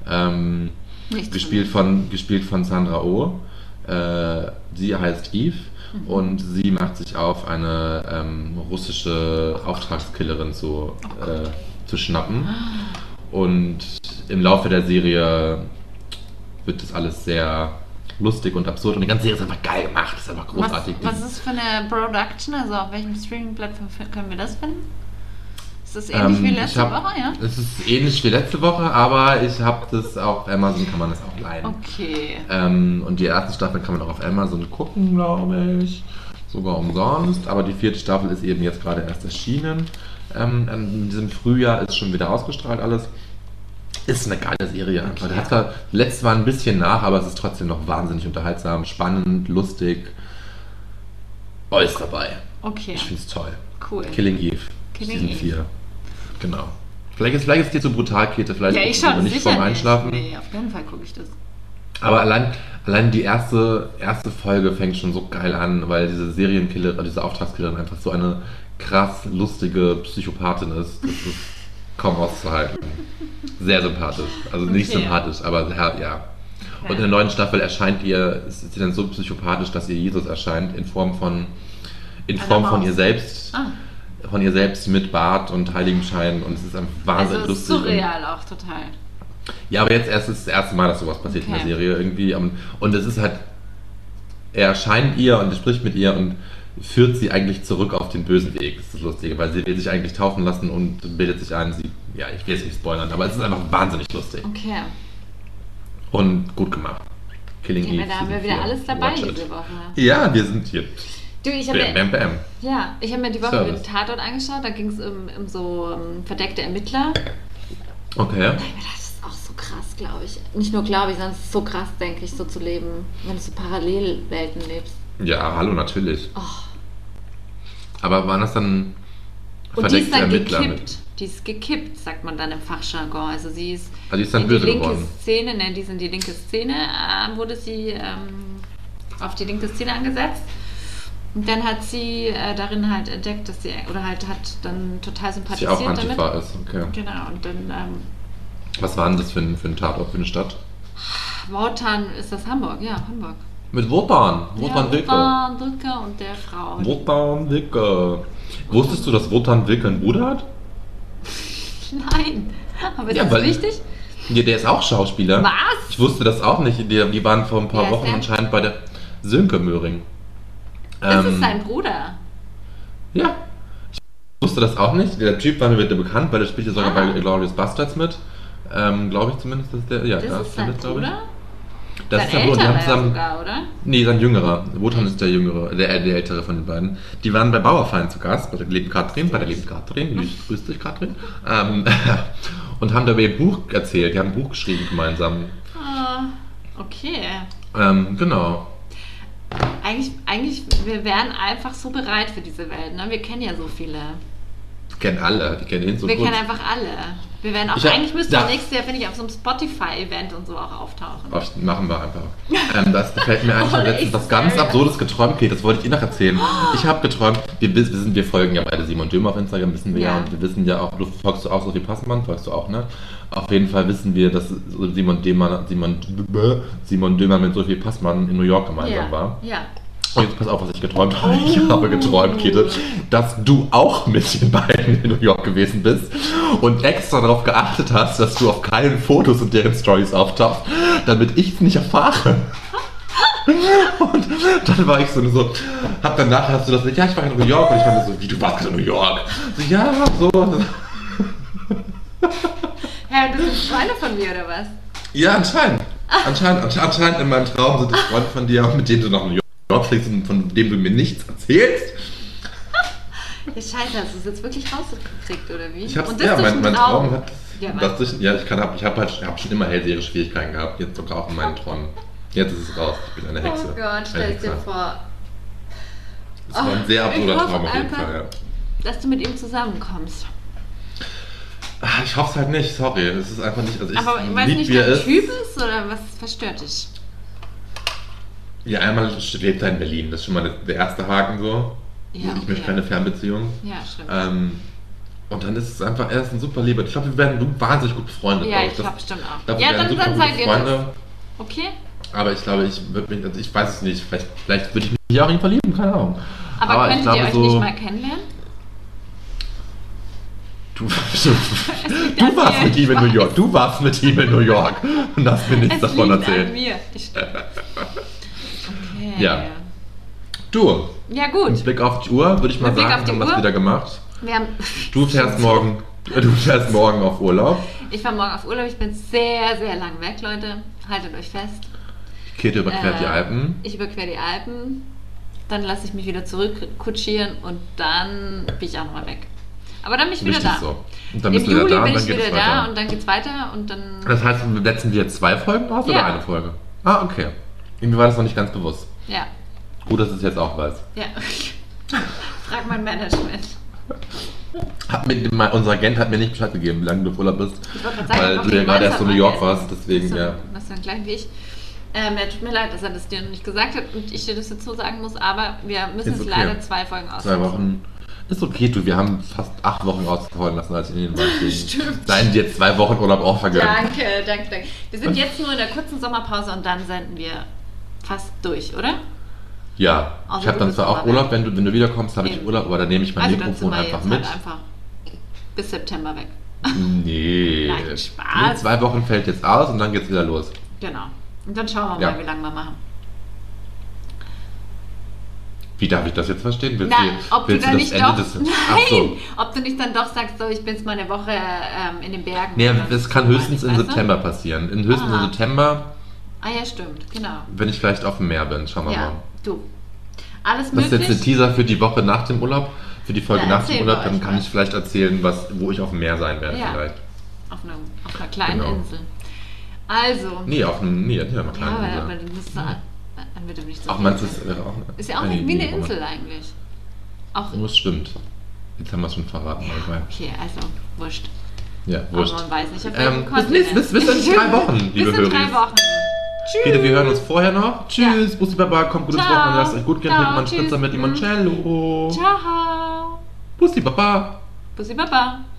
Speaker 2: Ähm,
Speaker 3: Nichts
Speaker 2: gespielt, von, gespielt von Sandra O. Oh. Äh, sie heißt Eve
Speaker 3: Mhm.
Speaker 2: und sie macht sich auf, eine ähm, russische Auftragskillerin
Speaker 3: Oh
Speaker 2: zu, äh, zu schnappen. Und im Laufe der Serie wird das alles sehr lustig und absurd und die ganze Serie ist einfach geil gemacht, ist einfach großartig.
Speaker 3: Was, was ist für eine Production? Also auf welchem Streaming-Plattform fi- können wir das finden? Ist das ähnlich
Speaker 2: Ähm,
Speaker 3: wie
Speaker 2: ich
Speaker 3: letzte
Speaker 2: hab-
Speaker 3: Woche, ja?
Speaker 2: Es ist ähnlich wie letzte Woche, aber ich habe das auf Amazon kann man das auch leihen.
Speaker 3: Okay.
Speaker 2: Ähm, und die erste Staffel kann man auch auf Amazon gucken, glaube ich. Sogar umsonst. Aber die vierte Staffel ist eben jetzt gerade erst erschienen. Ähm, in diesem Frühjahr ist schon wieder ausgestrahlt alles. Ist eine geile Serie. einfach. Der hat zwar letztes Mal ein bisschen nach, aber es ist trotzdem noch wahnsinnig unterhaltsam, spannend, lustig. Alles dabei.
Speaker 3: Okay,
Speaker 2: Ich finde es toll.
Speaker 3: cool.
Speaker 2: Killing Eve.
Speaker 3: Killing
Speaker 2: Season
Speaker 3: Eve.
Speaker 2: 4. Genau. Vielleicht ist, vielleicht ist dir zu brutal, Käthe. Vielleicht
Speaker 3: Ja, ich
Speaker 2: guckst du
Speaker 3: schaue das
Speaker 2: nicht
Speaker 3: sicher
Speaker 2: vorm Einschlafen.
Speaker 3: nicht. Nee, auf jeden Fall gucke ich das.
Speaker 2: Aber allein, allein die erste, erste Folge fängt schon so geil an, weil diese Serienkiller, äh, diese Auftragskillerin einfach so eine krass lustige Psychopathin ist. Das ist kaum auszuhalten. Sehr sympathisch. Also nicht
Speaker 3: Okay.
Speaker 2: sympathisch, aber sehr, ja. Und in
Speaker 3: Ja.
Speaker 2: der neuen Staffel erscheint ihr, ist sie dann so psychopathisch, dass ihr Jesus erscheint in Form von, in
Speaker 3: Einer
Speaker 2: Form von
Speaker 3: Maus.
Speaker 2: ihr selbst,
Speaker 3: Ah,
Speaker 2: von ihr selbst mit Bart und Heiligenschein und es ist einfach
Speaker 3: also
Speaker 2: wahnsinnig
Speaker 3: es ist
Speaker 2: lustig. und-
Speaker 3: surreal auch total.
Speaker 2: ja, aber jetzt erst ist das erste Mal, dass sowas passiert in
Speaker 3: Okay.
Speaker 2: der Serie irgendwie. Und und es ist halt, er erscheint ihr und er spricht mit ihr und führt sie eigentlich zurück auf den bösen Weg. Das ist das Lustige, weil sie will sich eigentlich taufen lassen und bildet sich ein, sie, ja, ich will es nicht spoilern, aber es ist einfach wahnsinnig lustig
Speaker 3: Okay.
Speaker 2: und gut gemacht. Killing
Speaker 3: Ja,
Speaker 2: Eve.
Speaker 3: aber da haben wir
Speaker 2: Season
Speaker 3: wieder
Speaker 2: 4.
Speaker 3: alles dabei
Speaker 2: Watch it.
Speaker 3: diese Woche.
Speaker 2: Ja, wir sind hier.
Speaker 3: Du, ich habe
Speaker 2: Bam,
Speaker 3: mir,
Speaker 2: bam, bam.
Speaker 3: ja, ich hab mir die Woche
Speaker 2: Service.
Speaker 3: den Tatort angeschaut, da ging es um, um so um, verdeckte Ermittler.
Speaker 2: Okay.
Speaker 3: Da hab ich mir gedacht, Das ist auch so krass, glaube ich. Nicht nur glaube ich, sondern es ist so krass, denke ich, so zu leben, wenn du so Parallelwelten lebst.
Speaker 2: Ja, hallo, natürlich.
Speaker 3: Oh.
Speaker 2: Aber waren das dann
Speaker 3: Und die ist
Speaker 2: verdeckte
Speaker 3: dann
Speaker 2: Ermittler
Speaker 3: gekippt.
Speaker 2: mit?
Speaker 3: Die ist gekippt, sagt man dann im Fachjargon. Also sie ist
Speaker 2: Also die ist dann
Speaker 3: in die
Speaker 2: böse
Speaker 3: linke
Speaker 2: geworden.
Speaker 3: Szene, ne, die sind die linke Szene, äh, wurde sie ähm, auf die linke Szene angesetzt. Und dann hat sie äh, darin halt entdeckt, dass sie, oder halt hat dann total
Speaker 2: Dass sie auch
Speaker 3: sympathisiert damit.
Speaker 2: Antifa ist. Okay.
Speaker 3: Genau, und dann ähm,
Speaker 2: Was war denn das für ein, für ein Tatort, für eine Stadt?
Speaker 3: Wortan ist das Hamburg, ja, Hamburg.
Speaker 2: Mit Wotan. Wotan
Speaker 3: ja,
Speaker 2: Wilke.
Speaker 3: Wotan Wilke und der Frau.
Speaker 2: Wotan Wilke. Wusstest du, dass Wotan Wilke einen Bruder hat?
Speaker 3: Nein, aber ist
Speaker 2: Ja,
Speaker 3: das
Speaker 2: weil-
Speaker 3: wichtig?
Speaker 2: Ja, der ist auch Schauspieler.
Speaker 3: Was?
Speaker 2: Ich wusste das auch nicht. Die, die waren vor ein paar
Speaker 3: Wer ist
Speaker 2: Wochen
Speaker 3: der?
Speaker 2: anscheinend bei der Sönke Möhring.
Speaker 3: Das
Speaker 2: Ähm,
Speaker 3: ist sein Bruder.
Speaker 2: Ja. Ich wusste das auch nicht. Der Typ war mir wieder bekannt, weil der spielt ja sogar
Speaker 3: Ah.
Speaker 2: bei Glorious Bastards mit. Ähm, glaube ich zumindest, dass der. Ja,
Speaker 3: Das
Speaker 2: da
Speaker 3: ist
Speaker 2: der
Speaker 3: sein
Speaker 2: mit, glaub ich.
Speaker 3: Bruder?
Speaker 2: Das
Speaker 3: sein
Speaker 2: ist sein Bruder. Die
Speaker 3: älterer
Speaker 2: haben zusammen.
Speaker 3: sogar, oder?
Speaker 2: Nee, sein Jüngerer. Wotan ist der Jüngere, der, äh, der Ältere von den beiden. Die waren bei Bauerfeind zu Gast, bei der lieben Katrin, bei der lieben
Speaker 3: Mhm.
Speaker 2: Katrin, lieb- grüß dich Katrin, ähm, und haben dabei ihr Buch erzählt, die haben ein Buch geschrieben gemeinsam.
Speaker 3: Ah, okay.
Speaker 2: Ähm, genau.
Speaker 3: Eigentlich, eigentlich, wir wären einfach so bereit für diese Welt. Ne? Wir kennen ja so viele.
Speaker 2: Die kennen alle, die kennen ihn so
Speaker 3: wir
Speaker 2: gut.
Speaker 3: kennen einfach alle. Wir wären auch,
Speaker 2: Ich hab-
Speaker 3: eigentlich müssten
Speaker 2: da-
Speaker 3: wir nächstes Jahr, finde ich, auf so einem Spotify-Event und so auch auftauchen.
Speaker 2: Auf- Machen wir einfach. Ähm, das fällt mir eigentlich
Speaker 3: Oder
Speaker 2: letztens
Speaker 3: ich
Speaker 2: was ganz
Speaker 3: sage-
Speaker 2: Absurdes geträumt, Kate, das wollte ich dir noch erzählen. Ich habe geträumt, wir, wiss- wir, sind, wir folgen ja beide Simon Dömer auf Instagram, wissen wir ja.
Speaker 3: Ja.
Speaker 2: und wir wissen ja auch, du folgst du auch Sophie Passmann, folgst du auch, ne? Auf jeden Fall wissen wir, dass Simon Dömer, Simon, Simon Dömer mit Sophie Passmann in New York gemeinsam
Speaker 3: ja.
Speaker 2: war.
Speaker 3: ja.
Speaker 2: Und jetzt pass auf, was ich geträumt habe. Ich habe geträumt, Käthe, dass du auch mit den beiden in New York gewesen bist und extra darauf geachtet hast, dass du auf keinen Fotos und deren Stories auftauchst, damit ich es nicht erfahre. Und dann war ich so, so hab dann nachher hast du das, ja, ich war in New York. Und ich war so, wie, du warst gerade in New York? So, ja, so.
Speaker 3: Hä, das sind Freunde von mir oder was?
Speaker 2: Ja, anscheinend. Anscheinend, ansch- anscheinend in meinem Traum sind es Freunde von dir, mit denen du nach New York fliegst und von denen du mir nichts erzählst.
Speaker 3: Ja, scheiße, hast du es jetzt wirklich rausgekriegt oder wie?
Speaker 2: Ich hab's,
Speaker 3: Und das
Speaker 2: ja,
Speaker 3: durch
Speaker 2: mein,
Speaker 3: einen
Speaker 2: mein Traum, hat
Speaker 3: Ja,
Speaker 2: das
Speaker 3: Mann.
Speaker 2: durch, ja, ich kann, hab, ich habe halt, ich hab schon immer hellseherische Schwierigkeiten gehabt, jetzt sogar auch in meinen Träumen. Jetzt ist es raus, ich bin eine Hexe.
Speaker 3: Oh Gott,
Speaker 2: Eine
Speaker 3: stell dir
Speaker 2: Hexe.
Speaker 3: vor,
Speaker 2: Das war ein sehr
Speaker 3: Oh,
Speaker 2: absurder
Speaker 3: ich hoffe
Speaker 2: Traum auf jeden
Speaker 3: einfach-
Speaker 2: Fall, ja.
Speaker 3: dass du mit ihm zusammenkommst.
Speaker 2: Ah, Ich hoffe es halt nicht, sorry. Es ist einfach nicht. Also ich
Speaker 3: Aber ich weiß
Speaker 2: lieb,
Speaker 3: nicht,
Speaker 2: wie er
Speaker 3: wer der
Speaker 2: ist.
Speaker 3: Typ ist oder was verstört dich?
Speaker 2: Ja, einmal lebt er in Berlin. Das ist schon mal der- der erste Haken so.
Speaker 3: Ja,
Speaker 2: ich möchte
Speaker 3: okay.
Speaker 2: keine Fernbeziehung.
Speaker 3: Ja, stimmt.
Speaker 2: Ähm, und dann ist es einfach, er ist ein super Lieber. Ich glaube, wir werden du- wahnsinnig gut befreundet.
Speaker 3: ja,
Speaker 2: glaub
Speaker 3: ich
Speaker 2: Das-
Speaker 3: glaube bestimmt auch.
Speaker 2: glaub, wir
Speaker 3: ja,
Speaker 2: werden
Speaker 3: dann,
Speaker 2: super
Speaker 3: dann
Speaker 2: gute
Speaker 3: seid ihr das.
Speaker 2: Freunde.
Speaker 3: Okay?
Speaker 2: Aber ich glaube, ich würde mich, also ich weiß es nicht. Vielleicht, vielleicht würde ich mich auch in ihn verlieben, keine Ahnung.
Speaker 3: Aber,
Speaker 2: Aber ich
Speaker 3: könntet ihr euch
Speaker 2: glaube
Speaker 3: nicht
Speaker 2: so-
Speaker 3: mal kennenlernen?
Speaker 2: Du, du warst
Speaker 3: mir,
Speaker 2: mit
Speaker 3: ich
Speaker 2: ihm in New York. Du warst mit ihm in New York. Und hast mir nichts
Speaker 3: es
Speaker 2: davon
Speaker 3: liegt an
Speaker 2: erzählt.
Speaker 3: mir. Ich, okay.
Speaker 2: Ja. Du,
Speaker 3: Ja,
Speaker 2: mit
Speaker 3: gut.
Speaker 2: Blick auf die Uhr, würde ich mal
Speaker 3: Mit Blick auf
Speaker 2: sagen,
Speaker 3: die
Speaker 2: haben wir es
Speaker 3: Uhr?
Speaker 2: wieder gemacht.
Speaker 3: Wir haben,
Speaker 2: Du fährst morgen, du fährst morgen auf Urlaub.
Speaker 3: ich fahre morgen auf Urlaub. Ich bin sehr, sehr lang weg, Leute. Haltet euch fest.
Speaker 2: Käthe überquert
Speaker 3: Äh,
Speaker 2: die Alpen.
Speaker 3: Ich überquere die Alpen. Dann lasse ich mich wieder zurückkutschieren und dann bin ich auch nochmal weg. Aber dann bin ich wieder
Speaker 2: Richtig
Speaker 3: da.
Speaker 2: so. Und dann
Speaker 3: Im
Speaker 2: bist du wieder
Speaker 3: Juli
Speaker 2: da
Speaker 3: bin
Speaker 2: und dann
Speaker 3: ich
Speaker 2: geht
Speaker 3: wieder
Speaker 2: es
Speaker 3: da
Speaker 2: weiter.
Speaker 3: und dann geht's weiter und dann.
Speaker 2: Das heißt, wir setzen wir jetzt zwei Folgen aus
Speaker 3: Ja.
Speaker 2: oder eine Folge? Ah, okay. Irgendwie war das noch nicht ganz bewusst.
Speaker 3: Ja,
Speaker 2: Gut, dass es jetzt auch weiß.
Speaker 3: ja. Frag mein Management.
Speaker 2: Hat mir, mein, unser Agent hat mir nicht Bescheid gegeben, wie lange du auf Urlaub bist.
Speaker 3: Ich wollte gerade sagen,
Speaker 2: Weil
Speaker 3: mach
Speaker 2: du ja
Speaker 3: den
Speaker 2: gerade erst in New York
Speaker 3: Mastermind.
Speaker 2: warst, deswegen
Speaker 3: so,
Speaker 2: ja.
Speaker 3: Das ist dann gleich wie ich. Ähm, ja, tut mir leid, dass er das dir noch nicht gesagt hat und ich dir das jetzt so sagen muss, aber wir müssen
Speaker 2: Ist
Speaker 3: es
Speaker 2: okay.
Speaker 3: leider zwei Folgen aus.
Speaker 2: Zwei Wochen. Ist okay, du, wir haben fast acht Wochen rausgehauen lassen, als ich in den Wald ging.
Speaker 3: Stimmt.
Speaker 2: Seien dir zwei Wochen Urlaub auch vergönnt.
Speaker 3: Danke, danke, danke. Wir sind jetzt nur in der kurzen Sommerpause und dann senden wir fast durch, oder?
Speaker 2: Ja,
Speaker 3: Also
Speaker 2: ich habe
Speaker 3: du
Speaker 2: dann
Speaker 3: bist
Speaker 2: zwar auch
Speaker 3: aber
Speaker 2: Urlaub, wenn du, wenn du wiederkommst, habe ich
Speaker 3: Eben.
Speaker 2: Urlaub, aber dann nehme ich mein
Speaker 3: also dann sind
Speaker 2: Mikrofon
Speaker 3: wir
Speaker 2: einfach
Speaker 3: jetzt
Speaker 2: mit.
Speaker 3: halt einfach bis September weg.
Speaker 2: Nee.
Speaker 3: Nein, Spaß.
Speaker 2: Nee, zwei Wochen fällt jetzt aus und dann geht's wieder los.
Speaker 3: Genau. Und dann schauen wir
Speaker 2: Ja.
Speaker 3: mal, wie lange wir machen.
Speaker 2: Wie darf ich das jetzt verstehen? Willst
Speaker 3: Na, ob du
Speaker 2: willst
Speaker 3: dann
Speaker 2: das
Speaker 3: nicht
Speaker 2: Ende
Speaker 3: doch.
Speaker 2: des-
Speaker 3: Nein!
Speaker 2: Ach so.
Speaker 3: Ob du nicht dann doch sagst, so, ich bin jetzt mal eine Woche ähm, in den Bergen.
Speaker 2: Nee,
Speaker 3: Oder
Speaker 2: es kann
Speaker 3: so,
Speaker 2: höchstens im
Speaker 3: weißt du?
Speaker 2: September passieren. In höchstens
Speaker 3: Aha.
Speaker 2: im September,
Speaker 3: Ah ja, stimmt, genau.
Speaker 2: wenn ich vielleicht auf dem Meer bin. Schauen wir
Speaker 3: Ja,
Speaker 2: mal.
Speaker 3: du. Alles
Speaker 2: Das ist
Speaker 3: möglich.
Speaker 2: jetzt ein Teaser für die Woche nach dem Urlaub. Für die Folge
Speaker 3: Ja,
Speaker 2: nach dem
Speaker 3: erzählen
Speaker 2: Urlaub,
Speaker 3: wir
Speaker 2: dann
Speaker 3: euch
Speaker 2: kann
Speaker 3: was.
Speaker 2: ich vielleicht erzählen, was, wo ich auf dem Meer sein werde
Speaker 3: Ja.
Speaker 2: vielleicht.
Speaker 3: auf, einer, auf einer kleinen
Speaker 2: Genau.
Speaker 3: Insel. Also.
Speaker 2: Nee, auf dem, nee, nicht auf einer
Speaker 3: ja,
Speaker 2: kleinen
Speaker 3: aber, aber
Speaker 2: Insel.
Speaker 3: das ist da, dann wird ihm nicht so
Speaker 2: Auch
Speaker 3: viel
Speaker 2: meinst du,
Speaker 3: sein.
Speaker 2: es wäre auch
Speaker 3: Ist ja auch
Speaker 2: eine
Speaker 3: wie eine
Speaker 2: Idee, wo man-
Speaker 3: Insel eigentlich. Auch.
Speaker 2: Oh, das stimmt. Jetzt haben wir es schon verraten. Ja,
Speaker 3: Okay, also wurscht.
Speaker 2: ja wurscht.
Speaker 3: Aber man weiß nicht, auf welchem
Speaker 2: Ähm, bis,
Speaker 3: Kontinent.
Speaker 2: nächst- bis, bis in drei Wochen, liebe
Speaker 3: Bis in drei
Speaker 2: Hörer.
Speaker 3: Wochen.
Speaker 2: Peter, wir hören uns vorher noch.
Speaker 3: Ja.
Speaker 2: Tschüss, Bussi Baba, kommt gut ins
Speaker 3: Ciao.
Speaker 2: Wochenende, lasst euch gut gehen,
Speaker 3: Ciao, Mhm.
Speaker 2: trinkt mal einen
Speaker 3: tschüss.
Speaker 2: Spritzer mit Limoncello.
Speaker 3: Ciao.
Speaker 2: Bussi Baba.
Speaker 3: Bussi Baba.